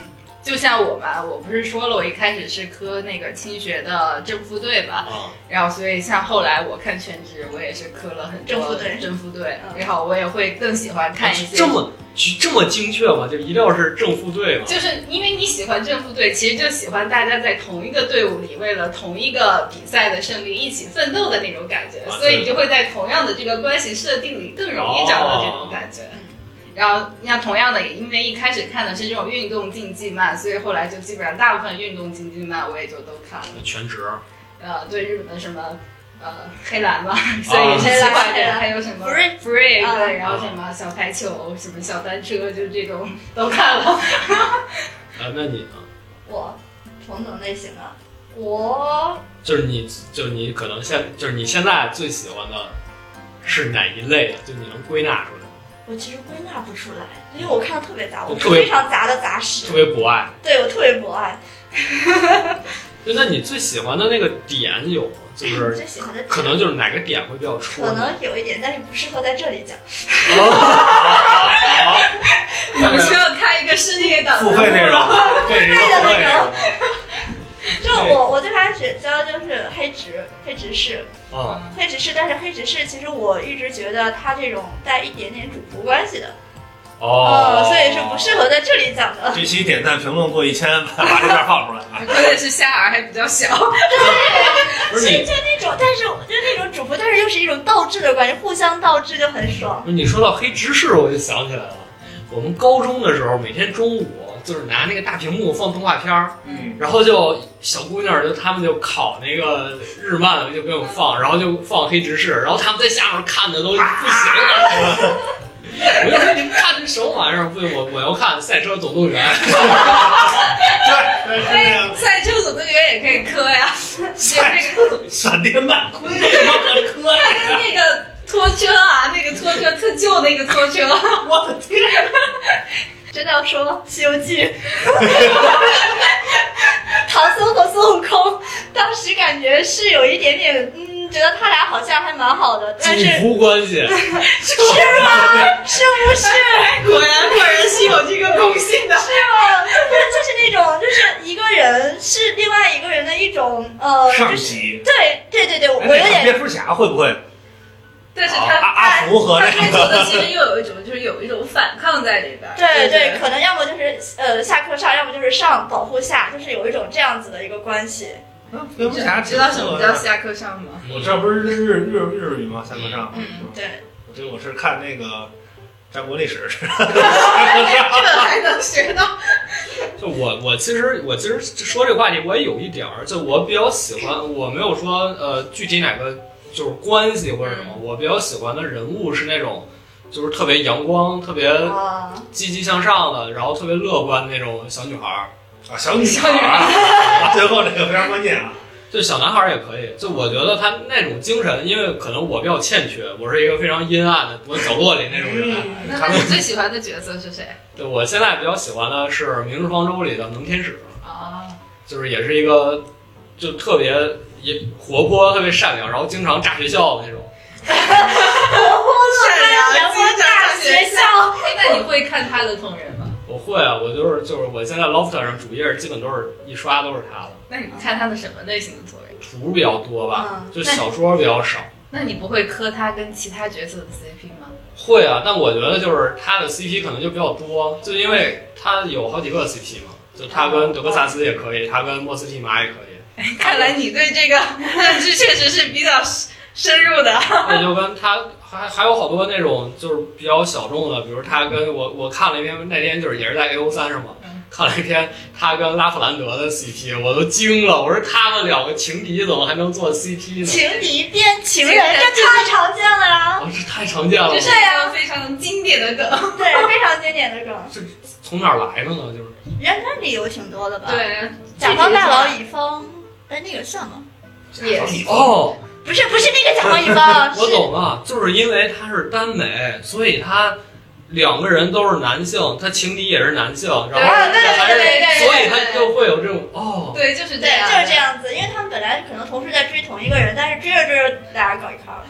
S2: 就像我吧，我不是说了，我一开始是磕那个清学的正副队吧，
S1: 啊，
S2: 然后所以像后来我看全职，我也是磕了很多
S3: 正副队
S2: 正副队，
S3: 嗯
S2: 然后我也会更喜欢看一些
S1: 啊这么这么精确吗？就一定要是正负对吗？
S2: 就是因为你喜欢正副队，其实就喜欢大家在同一个队伍里，为了同一个比赛的胜利一起奋斗的那种感觉，
S1: 啊
S2: 所以你就会在同样的这个关系设定里更容易找到这种感觉。然后，你看，同样的，也因为一开始看的是这种运动竞技漫，所以后来就基本上大部分运动竞技漫我也就都看了。
S1: 全职。
S2: 呃，对日本的什么呃黑蓝吧，所以
S1: 啊
S2: 是奇怪
S3: 黑
S2: 点，
S3: 蓝
S2: 还有什 么
S3: Free
S2: free
S3: 啊
S2: 对，然后什么小排球、什么小单车，就这种都看了。
S1: 啊，那你呢？
S3: 我同等类型的，啊我
S1: 就是你，就是你可能现，就是你现在最喜欢的是哪一类的？就你能归纳出来，
S3: 我其实归纳不出来，因为我看的特别杂，我是
S1: 特别
S3: 非常杂的杂食
S1: 特。别博爱。
S3: 对我特别博爱，
S1: 就那你最喜欢的那个点有吗？就是
S3: 最喜欢的
S1: 可能就是哪个点会比较戳
S3: 可
S1: 你？
S3: 能有一点，但是不适合在这里讲。
S1: 哦好好
S2: 我们需要开一个世界档
S4: 嗯付费内容，
S1: 哦
S4: 对，这个付费内容。
S3: 就我我最开始教就是黑执黑执事，
S1: 好啊，
S3: 黑执事，但是黑执事其实我一直觉得他这种带一点点主仆关系的，
S1: 哦
S3: 呃，，所以是不适合在这里讲的。
S4: 这期点赞评论过一千，把这段放出来啊！
S2: 关键是下饵还比较小，
S1: 不是
S3: 是
S1: 你，
S3: 就那种，但是就那种主仆，但是又是一种倒置的关系，互相倒置就很爽。
S1: 不是你说到黑执事，我就想起来了。我们高中的时候，每天中午就是拿那个大屏幕放动画片儿，
S4: 嗯，
S1: 然后就小姑娘就他们就烤那个日漫，就给我们放，然后就放黑执事，然后他们在下面看的都不行了。 我就说你们看这什么玩意儿？不行，我我要看《赛车总动员》。
S4: 对，是这样。
S2: 赛车总动员也可以磕呀，
S4: 赛车闪电漫亏他妈可磕呀！
S2: 那那个拖车啊，那个拖车特旧那个拖车，
S4: 我的天！
S3: 真的要说吗？《西游 记》，唐僧和孙悟空，当时感觉是有一点点，嗯，觉得他俩好像还蛮好的，但
S1: 主
S3: 是
S1: 仆关系，
S3: 是吗？是不是？
S2: 果然果然是有这个共性的。
S3: 对吧？就是就是那种，就是一个人是另外一个人的一种呃，
S4: 上
S3: 就是
S4: 集，
S3: 对对对对，我
S4: 哎
S3: 有
S4: 那
S3: 点
S4: 蝙蝠侠会不会
S2: 但是
S4: 啊
S2: 他
S4: 阿阿福和
S2: 他
S4: 那
S2: 追求的其
S4: 个
S2: 实又有一种，就是有一种反抗在里边儿。
S3: 对
S2: 对
S3: 对，，可能要么就是呃下课上，要么就是上保护下，就是有一种这样子的一个关系。
S4: 嗯蝙蝠侠？
S2: 知道什么叫下课上吗？
S4: 我这不是日日日语吗？三个上，
S2: 嗯
S3: 对，
S4: 我这我是看那个战国历史，三
S2: 这还能学到？
S1: 就我我其实我其实说这个话题我也有一点儿，就我比较喜欢，我没有说呃具体哪个就是关系或者什么，我比较喜欢的人物是那种就是特别阳光、特别
S3: 啊，
S1: 积极向上的，然后特别乐观的那种小女孩儿。
S4: 啊，小女孩儿，最后这个非常关键啊，
S1: 就小男孩儿也可以，就我觉得他那种精神，因为可能我比较欠缺，我是一个非常阴暗的躲角落里那种人。
S2: 那
S4: 他
S2: 那你
S4: 们
S2: 最喜欢的角色是谁？
S1: 对我现在比较喜欢的是《明日方舟》里的能天使，
S2: 啊，
S1: 就是也是一个就特别也活泼、特别善良，然后经常炸学校的那种。
S3: 善
S2: 阳
S3: 阳
S2: 光
S3: 光
S2: 大
S3: 大
S2: 学
S3: 学校，
S2: 哎那你会看他的同人吗？
S1: 我会啊，我就是就是我现在 Loft 上主页基本都是一刷都是他的，
S2: 那你看他的什么类型的同人？
S1: 图比较多吧，
S3: 嗯
S1: 就小说比较少。
S2: 那你不会磕他跟其他角色的 CP 吗？
S1: 会啊，但我觉得就是他的 CP 可能就比较多，就因为他有好几个 CP 嘛，就他跟德克萨斯也可以，他跟莫斯蒂玛也可以，
S2: 看来你对这个认知 确实是比较深入的。
S1: 那就跟他还还有好多那种就是比较小众的，比如他跟我我看了一篇，那天就是也是在 A O 三上嘛
S2: 嗯，
S1: 看了一篇他跟拉夫兰德的 CP，我都惊了，我说他们两个情敌怎么还能做 CP 呢？
S3: 情敌变情人，这太常见了啊！
S1: 啊，这太常见了
S2: 这，是
S3: 对啊呀
S2: 一个非常经典的梗。
S3: 对，非常经典的梗，
S1: 从哪儿来的呢？就是
S3: 原来理由挺多的吧？，
S2: 对，
S3: 甲方大佬乙方，哎，那个算吗？
S2: 也
S4: 是
S1: 哦，
S3: 不是，不是那个甲方乙 方，
S1: 我
S3: 是
S1: 懂了，就是因为他是耽美，所以他两个人都是男性，他情敌也是男性，然后
S2: 啊对对
S1: 还是
S2: 对对对
S1: 所以他就会有这种哦，
S2: 对，就是这
S3: 对，
S2: 样，
S3: 啊就是这。样子，因为他们本来可能同时在追同一个人，但是追着追着，俩人搞一块儿了。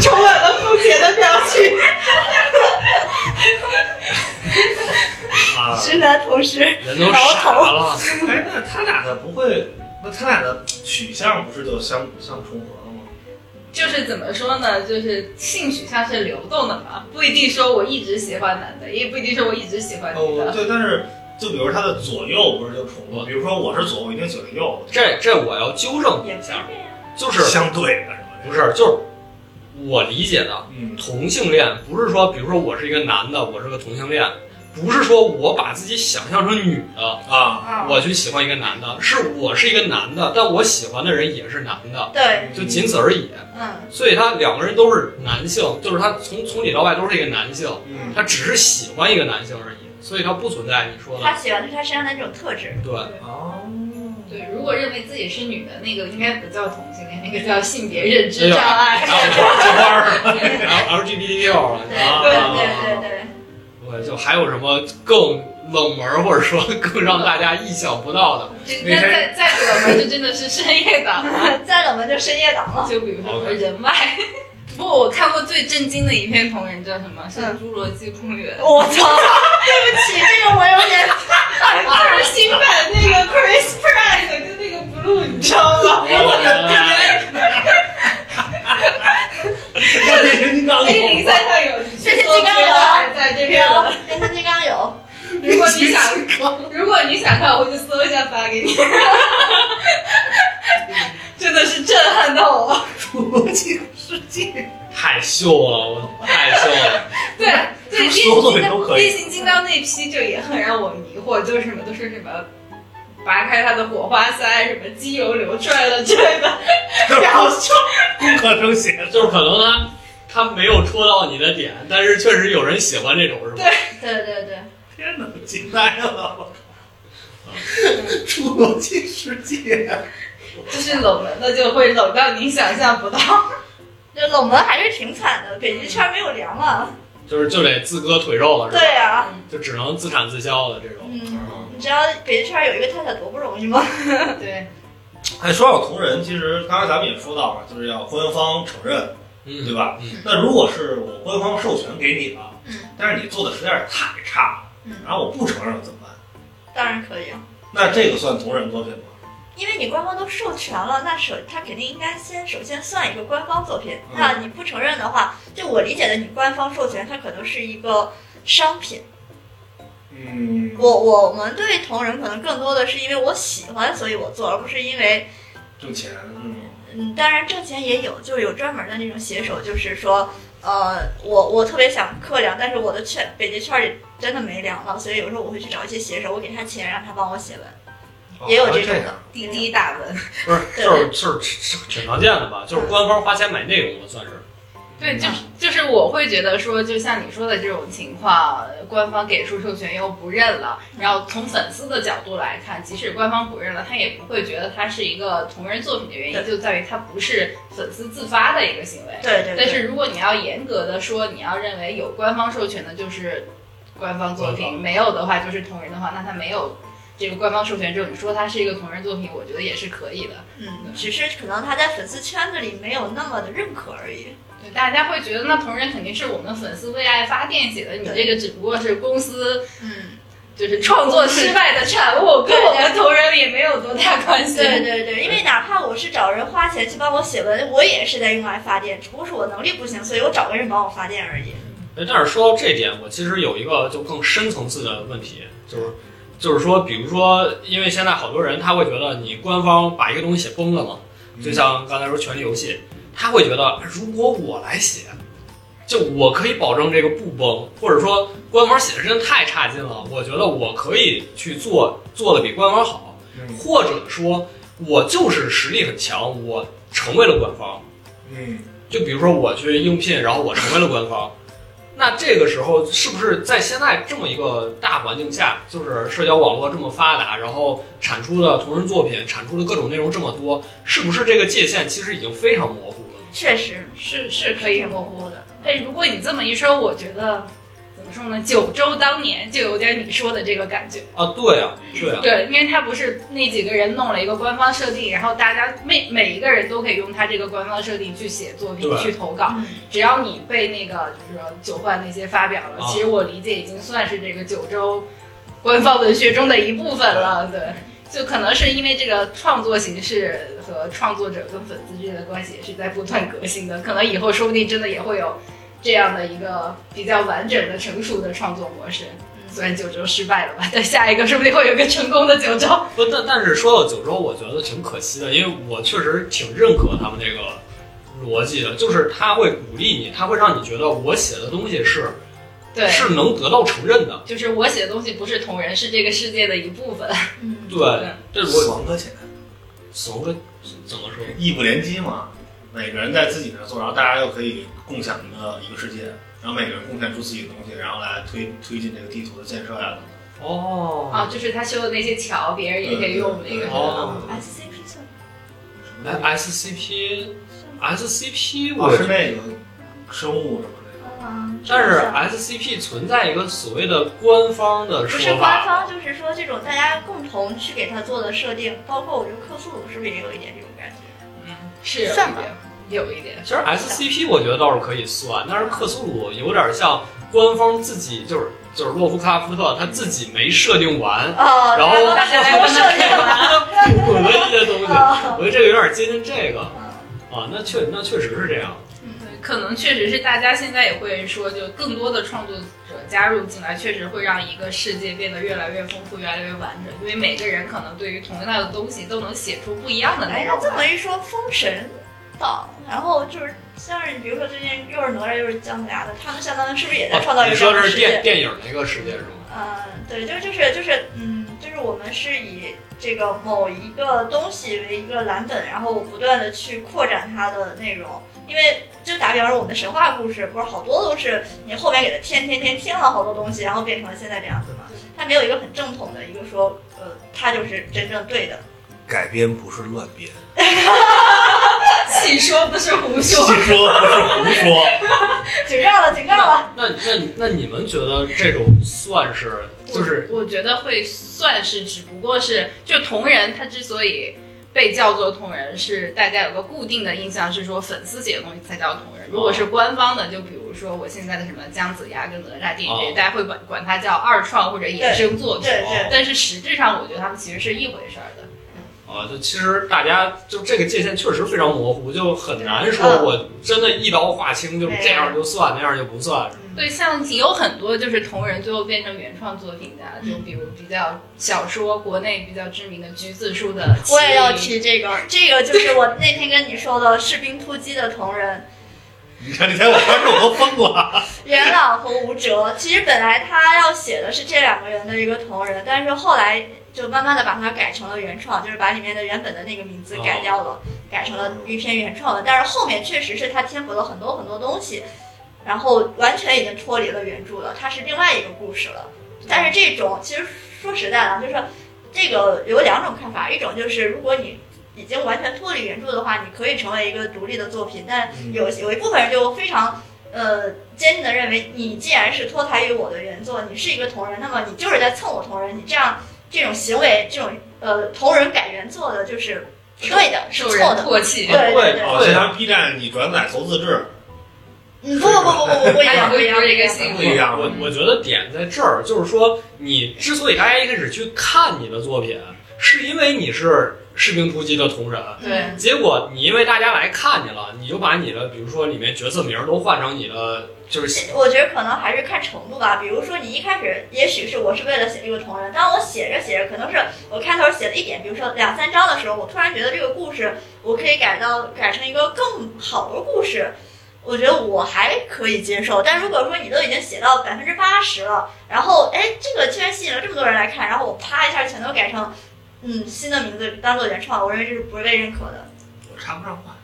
S2: 充满了不解的表情。
S4: 啊，
S3: 直男同时，
S1: 人都傻了。
S4: 哎，那他俩的不会，那他俩的取向不是就相相重合了吗？
S2: 就是怎么说呢？就是性取向是流动的嘛，不一定说我一直喜欢男的，也不一定说我一直喜欢女
S4: 哦，
S2: 嗯的。
S4: 对，但是就比如他的左右不是就重合？比如说我是左，我一定喜欢右，
S1: 这这我要纠正你
S3: 也
S1: 一
S3: 不是
S1: 下，
S3: 这样。
S1: 就是
S4: 是相对的，是吧？
S1: 不是就是我理解的
S4: 嗯，
S1: 同性恋，不是说比如说我是一个男的，我是个同性恋，不是说我把自己想象成女的，
S4: 啊，
S2: 啊，
S3: 哦
S1: 我去喜欢一个男的，是我是一个男的，但我喜欢的人也是男的，
S3: 对，
S1: 就仅此而已。
S3: 嗯，
S1: 所以他两个人都是男性，就是他从从里到外都是一个男性，
S4: 嗯，
S1: 他只是喜欢一个男性而已，所以他不存在你说
S3: 嗯他
S1: 的
S3: 喜欢的是他身上的那种特质。
S1: 对。
S4: 哦，
S2: 对，如果认为自己是女的，那个应该不叫同性恋，那个叫性别认知
S1: 哎呦
S2: 障碍。
S1: L L G B T Q 了，
S3: 对
S1: 啊
S3: 对对对对，
S1: 我就还有什么更冷门或者说 更让大家意想不到 的？
S2: 这那再再不冷门，就真的是深夜党了。
S3: 再冷门就深夜党了。
S2: 就比如说什么人脉。 不过我看过最震惊的一篇同人叫什么？是《侏罗纪公园》
S3: 我操！ 对不起，这个我有 点
S2: 二新版那个 Chris Pratt 跟那个 Blue，你知道吗？
S3: 哎
S1: 我的天！
S4: 变形金刚
S2: A 零三上有，
S3: 变形金刚有
S2: 还在这篇了。
S3: 有，变形金哎刚有。
S2: 如果你想，如果你想看，我就搜一下发给你。 真的是震撼到我。
S4: 出进世界，
S1: 太秀了，我太秀了！
S2: 对啊 对，变
S4: 说
S2: 形
S4: 作
S2: 金
S4: 品
S2: 刚
S4: 都可
S2: 变
S4: 以。
S2: 形金刚那批就也很让我迷惑，就是什么都是什么，拔开它的火花塞，什么机油流出来了之类的。
S4: 然后 就工科生写的，
S1: 就是可能他他没有戳到你的点，但是确实有人喜欢这种，是吧？
S3: 对对对，
S4: 天哪，惊呆了我靠！出罗纪世界，
S2: 就是冷门的就会冷到你想象不到。
S3: 就冷门还是挺惨的，北极圈没有粮啊。
S1: 就是就得自割腿肉了，是吧？
S3: 对啊，
S1: 就只能自产自销了这种。
S3: 嗯，你知道北极圈有一个太太多不容易吗？
S2: 对，
S4: 哎，说到同人，其实刚才咱们也说到了，就是要官方承认，
S1: 嗯，
S4: 对吧？
S1: 嗯
S4: 那如果是我官方授权给你了，
S3: 嗯
S4: 但是你做的实在是太差了，
S3: 嗯
S4: 然后我不承认怎么办？
S3: 当然可以啊，
S4: 那这个算同人作品吗？
S3: 因为你官方都授权了，那首他肯定应该先首先算一个官方作品
S4: 嗯。
S3: 那你不承认的话，就我理解的，你官方授权它可能是一个商品。
S4: 嗯，
S3: 我我们对同人可能更多的是因为我喜欢，所以我做，而不是因为
S4: 挣钱，嗯，
S3: 嗯，当然挣钱也有，就是有专门的那种写手，就是说，呃，我我特别想刻粮，但是我的圈北极圈里真的没粮了，所以有时候我会去找一些写手，我给他钱让他帮我写文，
S4: 哦
S3: 也有这种的。
S2: 滴滴打文。
S1: 不是，就是就是挺常见的吧？就是官方花钱买内容了，算是。
S2: 对，就是就是是我会觉得说，就像你说的这种情况，官方给出授权又不认了，然后从粉丝的角度来看，即使官方不认了，他也不会觉得它是一个同人作品的原因，
S3: 对
S2: 就在于它不是粉丝自发的一个行为。
S3: 对对对，
S2: 但是如果你要严格的说，你要认为有官方授权的就是官方作
S1: 官
S2: 品，没有的话就是同人的话，那它没有这个官方授权之后，你说它是一个同人作品，我觉得也是可以的。
S3: 嗯，只是可能他在粉丝圈子里没有那么的认可而已。
S2: 对，大家会觉得那同人肯定是我们粉丝为爱发电写的，你
S3: 对
S2: 这个只不过是公司
S3: 嗯，
S2: 就是创作失败的产物，跟我们同人也没有多大关系。
S3: 对对对，因为哪怕我是找人花钱去帮我写文，我也是在用来发电，只不过是我能力不行，所以我找个人帮我发电而已。
S1: 哎，但是说到这点，我其实有一个就更深层次的问题，就是就是说，比如说，因为现在好多人他会觉得你官方把一个东西写崩了嘛，
S4: 嗯
S1: 就像刚才说《权力游戏》，他会觉得啊如果我来写，就我可以保证这个不崩，或者说官方写的真的太差劲了，我觉得我可以去做做的比官方好，
S4: 嗯
S1: 或者说我就是实力很强，我成为了官方。
S4: 嗯，
S1: 就比如说我去应聘，然后我成为了官方，那这个时候是不是在现在这么一个大环境下，就是社交网络这么发达，然后产出的同人作品、产出的各种内容这么多，是不是这个界限其实已经非常模糊了？
S3: 确实，
S2: 是是可以模糊的。但如果你这么一说，我觉得怎么说呢？九州当年就有点你说的这个感觉。
S1: 啊，对啊，对啊，
S2: 对，因为他不是那几个人弄了一个官方设定，然后大家每每一个人都可以用他这个官方设定去写作品、
S1: 对
S2: 去投稿。
S3: 嗯，
S2: 只要你被那个就是说九幻那些发表了，
S1: 啊
S2: 其实我理解已经算是这个九州官方文学中的一部分了。对，就可能是因为这个创作形式和创作者跟粉丝之间的关系也是在不断革新的，可能以后说不定真的也会有这样的一个比较完整的、成熟的创作模式。
S3: 嗯
S2: 虽然九州失败了吧，但 下一个说不定会有一个成功的九州。
S1: 嗯不，但但是说到九州，我觉得挺可惜的，因为我确实挺认可他们这个逻辑的，就是他会鼓励你，他会让你觉得我写的东西是
S2: 对，
S1: 是能得到承认的。
S2: 就是我写的东西不是同人，是这个世界的一部分。
S3: 嗯，
S1: 对，这
S4: 死
S1: 我
S4: 亡搁浅，
S1: 死亡跟怎么说？
S4: 异不联机嘛，每个人在自己那儿做，然后大家又可以共享一个一个世界，然后每个人贡献出自己的东西，然后来推推进这个地图的建设呀、
S1: 哦
S2: 啊，就是他修的那些桥，别人也可以用那个。
S4: 呃
S1: 哦
S3: ，S C P 算
S4: 啊，
S1: 哎，SCP
S3: 算哦
S1: SCP
S4: 我
S1: 我
S4: 是
S1: 是，
S4: 那个生物什么的。
S3: 嗯，
S1: 但是
S3: 算
S1: SCP 存在一个所谓的官方的
S3: 不是
S1: 说
S3: 官
S1: 法，
S3: 方，就是说这种大家共同去给他做的设定，包括我觉得克苏鲁是不是也有一点这种感觉？
S2: 嗯是有一
S3: 算吧
S2: 点，有一点。
S1: 其实 SCP 我觉得倒是可以算，但是克苏鲁有点像官方自己就是就是洛夫卡夫特他自己没设定完，
S3: 哦，
S1: 然后
S3: 大家都设定了。
S1: 补了一些东西，
S3: 哦
S1: 我觉得这个有点接近这个啊，那确那确实是这样，哦
S2: 对，可能确实是大家现在也会说，就更多的创作者加入进来，确实会让一个世界变得越来越丰富、越来越完整，因为每个人可能对于同样的东西都能写出不一样的
S3: 哎，
S2: 内容
S3: 那
S2: 来。
S3: 这么一说，封神到，然后就是像是比如说最近又是哪吒又是姜子牙的，他们相当于是不是也在创造
S1: 哦
S3: 一
S1: 你
S3: 个这
S1: 说
S3: 样
S1: 这
S3: 的
S1: 是
S3: 世
S1: 电
S3: 界？
S1: 电影那个世界是吗？
S3: 嗯，对，就就是就是嗯，就是我们是以这个某一个东西为一个蓝本，然后不断的去扩展它的内容，因为。就打比方说，我们的神话故事不是好多都是你后面给它添添添添了好多东西，然后变成了现在这样子嘛？它没有一个很正统的一个说，呃，它就是真正对的。
S4: 改编不是乱编，
S2: 戏说不是胡
S4: 细
S2: 说
S4: 说。不是胡说。
S3: 警告了，警告了。
S1: 那那那你们觉得这种算是就是
S2: 我我觉得会算是，只不过是就同人，他之所以被叫做同人，是大家有个固定的印象是说粉丝写的东西才叫同
S3: 哦
S2: 人。如果是官方的，就比如说我现在的什么姜子牙跟哪吒电影这些，
S1: 哦
S2: 大家会管管它叫二创或者衍生作品。
S3: 对
S1: 哦
S3: 对，
S2: 但是实质上，我觉得他们其实是一回事儿的。
S1: 啊，就其实大家就这个界限确实非常模糊，就很难
S3: 嗯
S1: 说我真的一刀划清，就是这样就算，那样就不算。
S3: 嗯
S2: 对，像有很多就是同人最后变成原创作品的，就比如比较小说国内比较知名的橘子树的，
S3: 我也要。提这个，这个就是我那天跟你说的士兵突击的同人
S4: 你看这天我观众都疯了。
S3: 元朗和吴哲。其实本来他要写的是这两个人的一个同人，但是后来就慢慢的把它改成了原创，就是把里面的原本的那个名字改掉了，改成了一篇原创的。但是后面确实是他添补了很多很多东西。然后完全已经脱离了原著了，它是另外一个故事了。但是这种其实说实在的，就是这个有两种看法，一种就是如果你已经完全脱离原著的话，你可以成为一个独立的作品，但
S4: 嗯
S3: 有有一部分人就非常呃坚定的认为，你既然是脱胎于我的原作，你是一个同人，那么你就是在蹭我同人，你这样这种行为，这种呃同人改原作的，就是对的，是
S2: 受人
S3: 错的。
S2: 唾弃。
S3: 对对对，
S2: 啊
S4: 哦，就
S1: 啊
S4: 像 B 站你转载投资制
S3: 嗯，不不不不不不 一样，不一样，
S2: 哎还是不一
S3: 不一
S2: 个
S3: 样
S2: 性
S4: 不一样
S1: 我我觉得点在这儿，就是说，你之所以大家一开始去看你的作品，是因为你是士兵突击的同人，
S3: 嗯
S2: 对
S1: 结果你因为大家来看你了，你就把你的比如说里面角色名儿都换成你的就是
S3: 我觉得可能还是看程度吧。比如说，你一开始也许是我是为了写这个同人，当我写着写着，可能是我开头写了一点，比如说两三章的时候，我突然觉得这个故事我可以改到改成一个更好的故事，我觉得我还可以接受。但如果说你都已经写到百分之八十了，然后哎，这个居然吸引了这么多人来看，然后我啪一下全都改成嗯新的名字当做原创，我认为这是不被认可的。
S4: 我插不上话，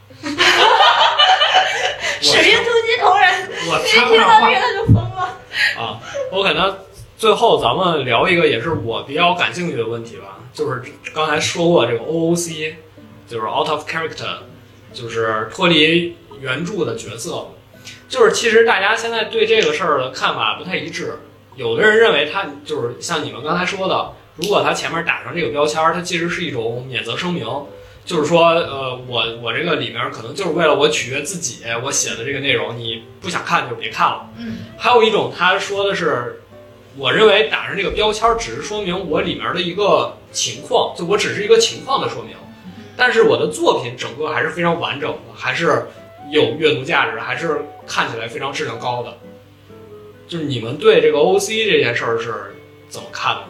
S3: 水月突击 同人，
S4: 我
S3: 谁
S4: 插不
S3: 听
S4: 上
S3: 到
S4: 话
S3: 这个。他就疯了。
S1: 啊，OK，那最后咱们聊一个也是我比较感兴趣的问题吧，就是刚才说过这个 OOC，就是 out of character，就是脱离原著的角色，就是其实大家现在对这个事儿的看法不太一致，有的人认为它就是像你们刚才说的，如果它前面打上这个标签儿，它其实是一种免责声明。就是说，呃，我我这个里面可能就是为了我取悦自己，我写的这个内容，你不想看就别看了。
S3: 嗯
S1: 还有一种，他说的是，我认为打上这个标签儿只是说明我里面的一个情况，就我只是一个情况的说明，但是我的作品整个还是非常完整的，还是有阅读价值，还是看起来非常质量高的。就是你们对这个 OC 这件事儿是怎么看的？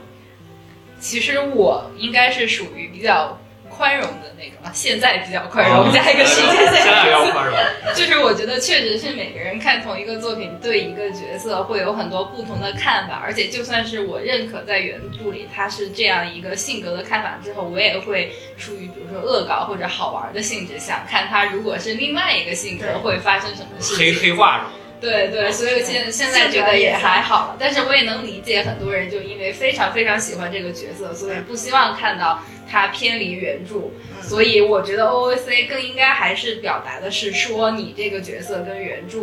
S2: 其实我应该是属于比较宽容的那种，现在比较宽容，加一个时间
S1: 现在
S2: 线。
S1: 要宽容，
S2: 就是我觉得确实是每个人看同一个作品，对一个角色会有很多不同的看法，而且就算是我认可在原著里他是这样一个性格的看法之后，我也会出于比如说恶搞或者好玩的性质，想看他如果是另外一个性格
S3: 对
S2: 会发生什么事
S1: 黑
S2: 情。
S1: 黑化什么的。
S2: 对对，所以现现在觉得也还好了，但是我也能理解很多人就因为非常非常喜欢这个角色，所以不希望看到他偏离原著。
S3: 嗯
S2: 所以我觉得 O A C 更应该还是表达的是说你这个角色跟原著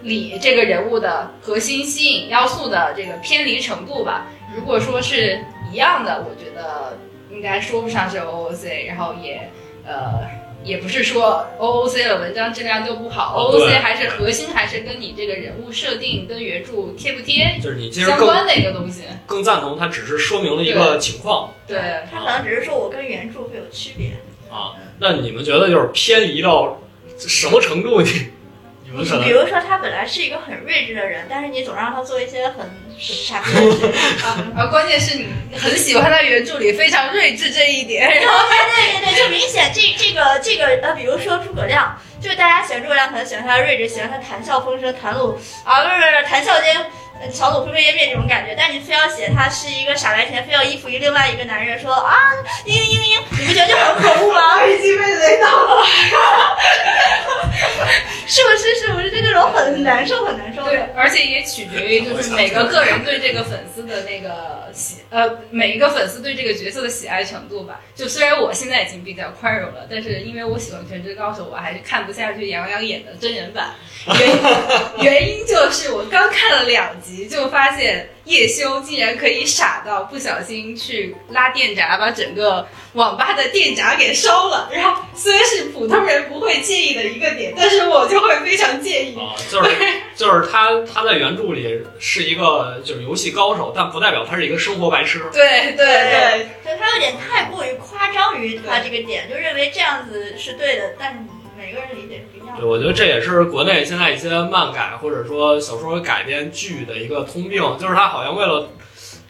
S2: 里这个人物的核心吸引要素的这个偏离程度吧。如果说是一样的，我觉得应该说不上是 O O C，然后也呃也不是说 O O C 的文章质量就不好
S1: 哦
S2: ，O O
S1: 对
S2: C 还是核心还是跟你这个人物设定跟原著贴不贴
S1: 就是你其实
S2: 相
S1: 更
S2: 关的一个东西。
S1: 更赞同，它只是说明了一个情况
S2: 对，啊
S3: 他可能只是说我跟原著会有区别。
S1: 啊。那你们觉得就是偏离到什么程度？你你们可能
S3: 比如说，他本来是一个很睿智的人，但是你总让他做一些很傻逼的 事。
S2: 啊，关键是你很喜欢他原著里非常睿智这一点，然后
S3: 哎对对对，就明显这这个这个呃，比如说诸葛亮，就是大家喜欢诸葛亮，可能喜欢他睿智，喜欢他谈笑风生，谈吐啊，不是不是谈笑间。呃小鲁灰飞烟灭这种感觉，但你非要写他是一个傻白甜，非要依附于另外一个男人，说啊，嘤嘤嘤嘤，你不觉得就很可恶 吗？
S2: 已经被雷到了。
S3: 是不是？是不是？就这种很难受，很难受的。
S2: 对，而且也取决于就是每个个人对这个粉丝的那个喜呃，每一个粉丝对这个角色的喜爱程度吧。就虽然我现在已经比较宽容了，但是因为我喜欢《全职高手》，我还是看不下去杨洋演的真人版。原因原因就是我刚看了两集，就发现叶修竟然可以傻到不小心去拉电闸，把整个网吧的电闸给烧了。然后虽然是普通人不会介意的一个点，但是我就会非常介意。
S1: 啊，就是就是他他在原著里是一个就是游戏高手，但不代表他是一个生活白痴。
S2: 对对对，
S3: 对他有点太过于夸张于他这个点，就认为这样子是对的，但是每个人理解是不一样的。
S1: 对，我觉得这也是国内现在一些漫改或者说小说改编剧的一个通病，就是他好像为了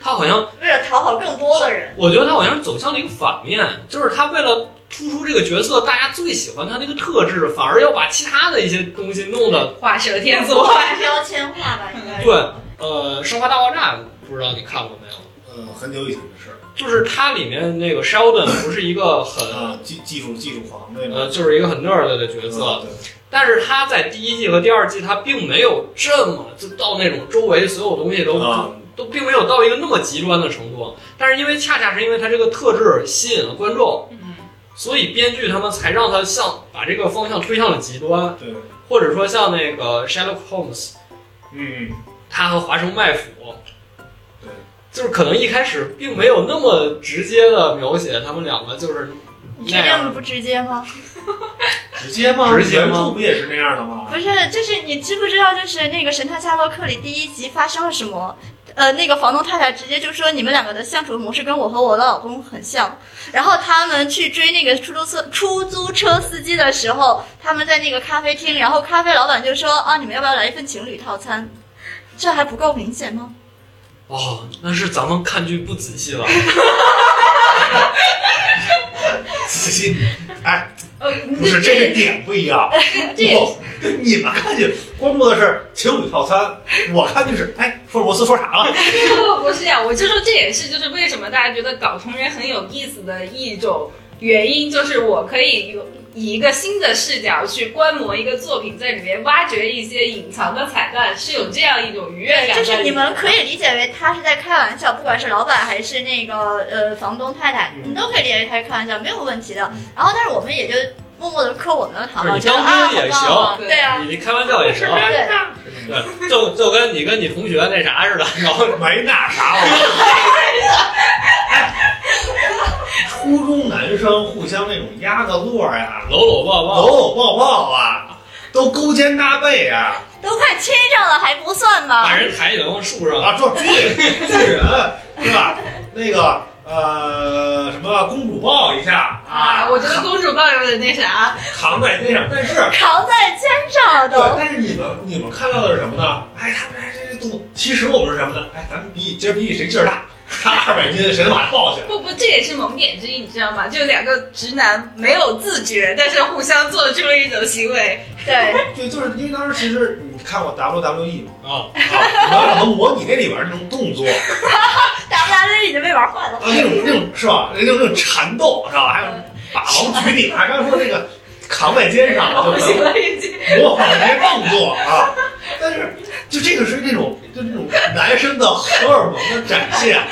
S1: 他好像，
S3: 为了讨好更多的 人，
S1: 我觉得他好像是走向了一个反面，就是他为了突出这个角色大家最喜欢他那个特质，反而要把其他的一些东西弄得
S2: 画蛇添足。
S3: 化标签化吧，应该是。
S1: 对，呃，《生化大爆炸》不知道你看过没有？
S4: 呃，呃很久以前的事儿
S1: 就是它里面那个 Sheldon 不是一个很
S4: 啊，技技术技术狂那种啊
S1: 呃，就是一个很 nerd 的角色，
S4: 对
S1: 但是他在第一季和第二季，他并没有这么就到那种周围所有东西都、嗯
S4: 啊
S1: 都并没有到一个那么极端的程度。但是因为恰恰是因为他这个特质吸引了观众，
S2: 嗯，
S1: 所以编剧他们才让他向把这个方向推向了极端，
S4: 对，
S1: 或者说像那个 Sherlock Holmes，
S4: 嗯，
S1: 他和华生麦弗，
S4: 对，
S1: 就是可能一开始并没有那么直接的描写他们两个就是
S3: 你
S1: 那
S3: 确
S1: 样
S3: 定不直接吗？
S4: 直接吗？
S1: 直接吗
S4: 原著不也是那样的吗？
S3: 不是，就是你知不知道，就是那个《神探夏洛克》里第一集发生了什么？呃，那个房东太太直接就说你们两个的相处模式跟我和我的老公很像。然后他们去追那个出租车出租车司机的时候，他们在那个咖啡厅，然后咖啡老板就说啊，你们要不要来一份情侣套餐？这还不够明显吗？
S1: 哦，那是咱们看剧不仔 细了。
S4: 仔细， 哎，
S2: 呃，
S4: 不是这个点不一样。
S2: 这
S4: 我跟你们看去关注的是情侣套餐，我看就是哎，福尔摩斯说啥 了？
S2: 不不是呀、我就说这也是就是为什么大家觉得搞同人很有意思的一种原因，就是我可以有以一个新的视角去观摩一个作品，在里面挖掘一些隐藏的彩蛋，是有这样一种愉悦感在里
S3: 就
S2: 面。
S3: 是你们可以理解为他是在开玩笑，不管是老板还是那个呃房东太太，
S4: 嗯
S3: 你都可以理解为他是开玩笑，没有问题的。然后，但是我们也就默默的磕我们的糖
S1: 不
S3: 了，
S1: 是
S3: 觉得
S1: 你当
S3: 啊，
S1: 兵也
S3: 好棒啊，
S2: 行
S3: 对啊，
S1: 你你开玩笑也行啊，
S3: 对
S1: 对， 就就跟你跟你同学那啥似的，然后
S4: 没那啥玩意儿。哎初中男生互相那种压个座呀，
S1: 搂搂抱
S2: 哦
S4: 搂
S1: 抱，
S4: 搂抱抱啊，都勾肩搭背啊，
S3: 都快亲上了还不算吗
S1: 把？人抬起来往树上，
S4: 啊，撞 追追人是吧？那个呃什么公主抱一下
S2: 啊，
S4: 啊，
S2: 我觉得公主抱有点那啥，
S4: 扛在肩上，但是
S3: 扛在肩上了
S4: 对，
S3: 都。
S4: 但是你们你们看到的是什么呢？哎，他们这这动，其实我们是什么呢？哎，咱们比今儿比谁劲儿大，他二百斤谁能把他抱起来？
S2: 不不，这也是萌点之一，你知道吗？就两个直男没有自觉，但是互相做出了一种行为，
S3: 对，
S4: 对，就是因为当时其实你看过 WWE 嘛，
S1: 啊，
S4: 啊，然后我们模拟那里边那种动作，啊，
S3: 大不大的已经被玩坏了。
S4: 那种那种是吧？那种那种缠斗是吧？还有把王举你，还刚才说这个扛在肩上，
S2: 我
S4: 就是
S2: 行了已经。
S4: 模仿这些动作 啊。但是就这个是那种就这种男生的荷尔蒙的展现，啊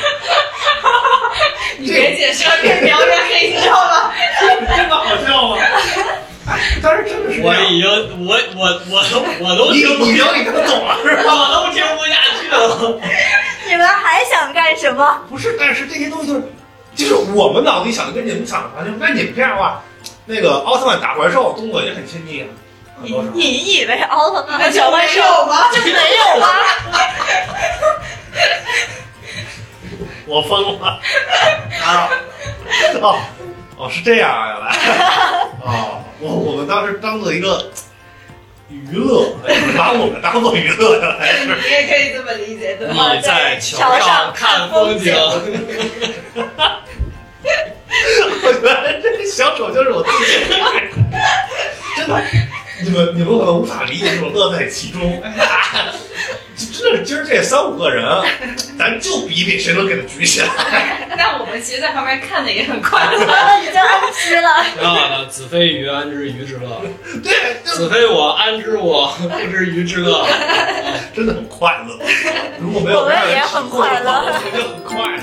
S2: 你别解释了，越描越黑，你知道吗？
S4: 真的好笑吗？哎， 当时真的是这
S1: 我
S4: 样。
S1: 已经我我我都我都
S4: 你
S1: 听不
S4: 你聊你看懂了 是吧？
S1: 我都听不下去 了，
S3: 你们还想干什么？
S4: 不是，但是这些东西就是，就是我们脑子里想的跟你们想的完全。那你们这样的话，那个奥特曼打怪兽动作也很亲密啊，很
S3: 你
S4: 多少？
S3: 你以为奥特曼和
S2: 小
S3: 小怪
S2: 怪兽
S3: 兽
S2: 吗？
S3: 啊就没有吗？
S4: 我疯了啊！哦哦，是这样啊，原来哦，我我们当时当做一个娱乐，哎把我们当做娱乐原来是。
S2: 你也可以这么理解的。
S1: 你在桥上看风景，
S4: 我觉得这小丑就是我自己， 真的，你们你们可能无法理解这种乐在其中。哎呀，真的是今儿这三五个人，咱就比比谁能给他举起来。
S2: 但我们其实，在旁边看的也很快乐。
S3: 完了，已经安吃了。
S1: 挺好的。啊子非鱼，安知鱼之乐？
S4: 对，就是
S1: 子非我，安知我不知鱼之乐？
S4: 真的很快乐。如果没有
S3: 我们也很快乐
S4: 我们就很快乐。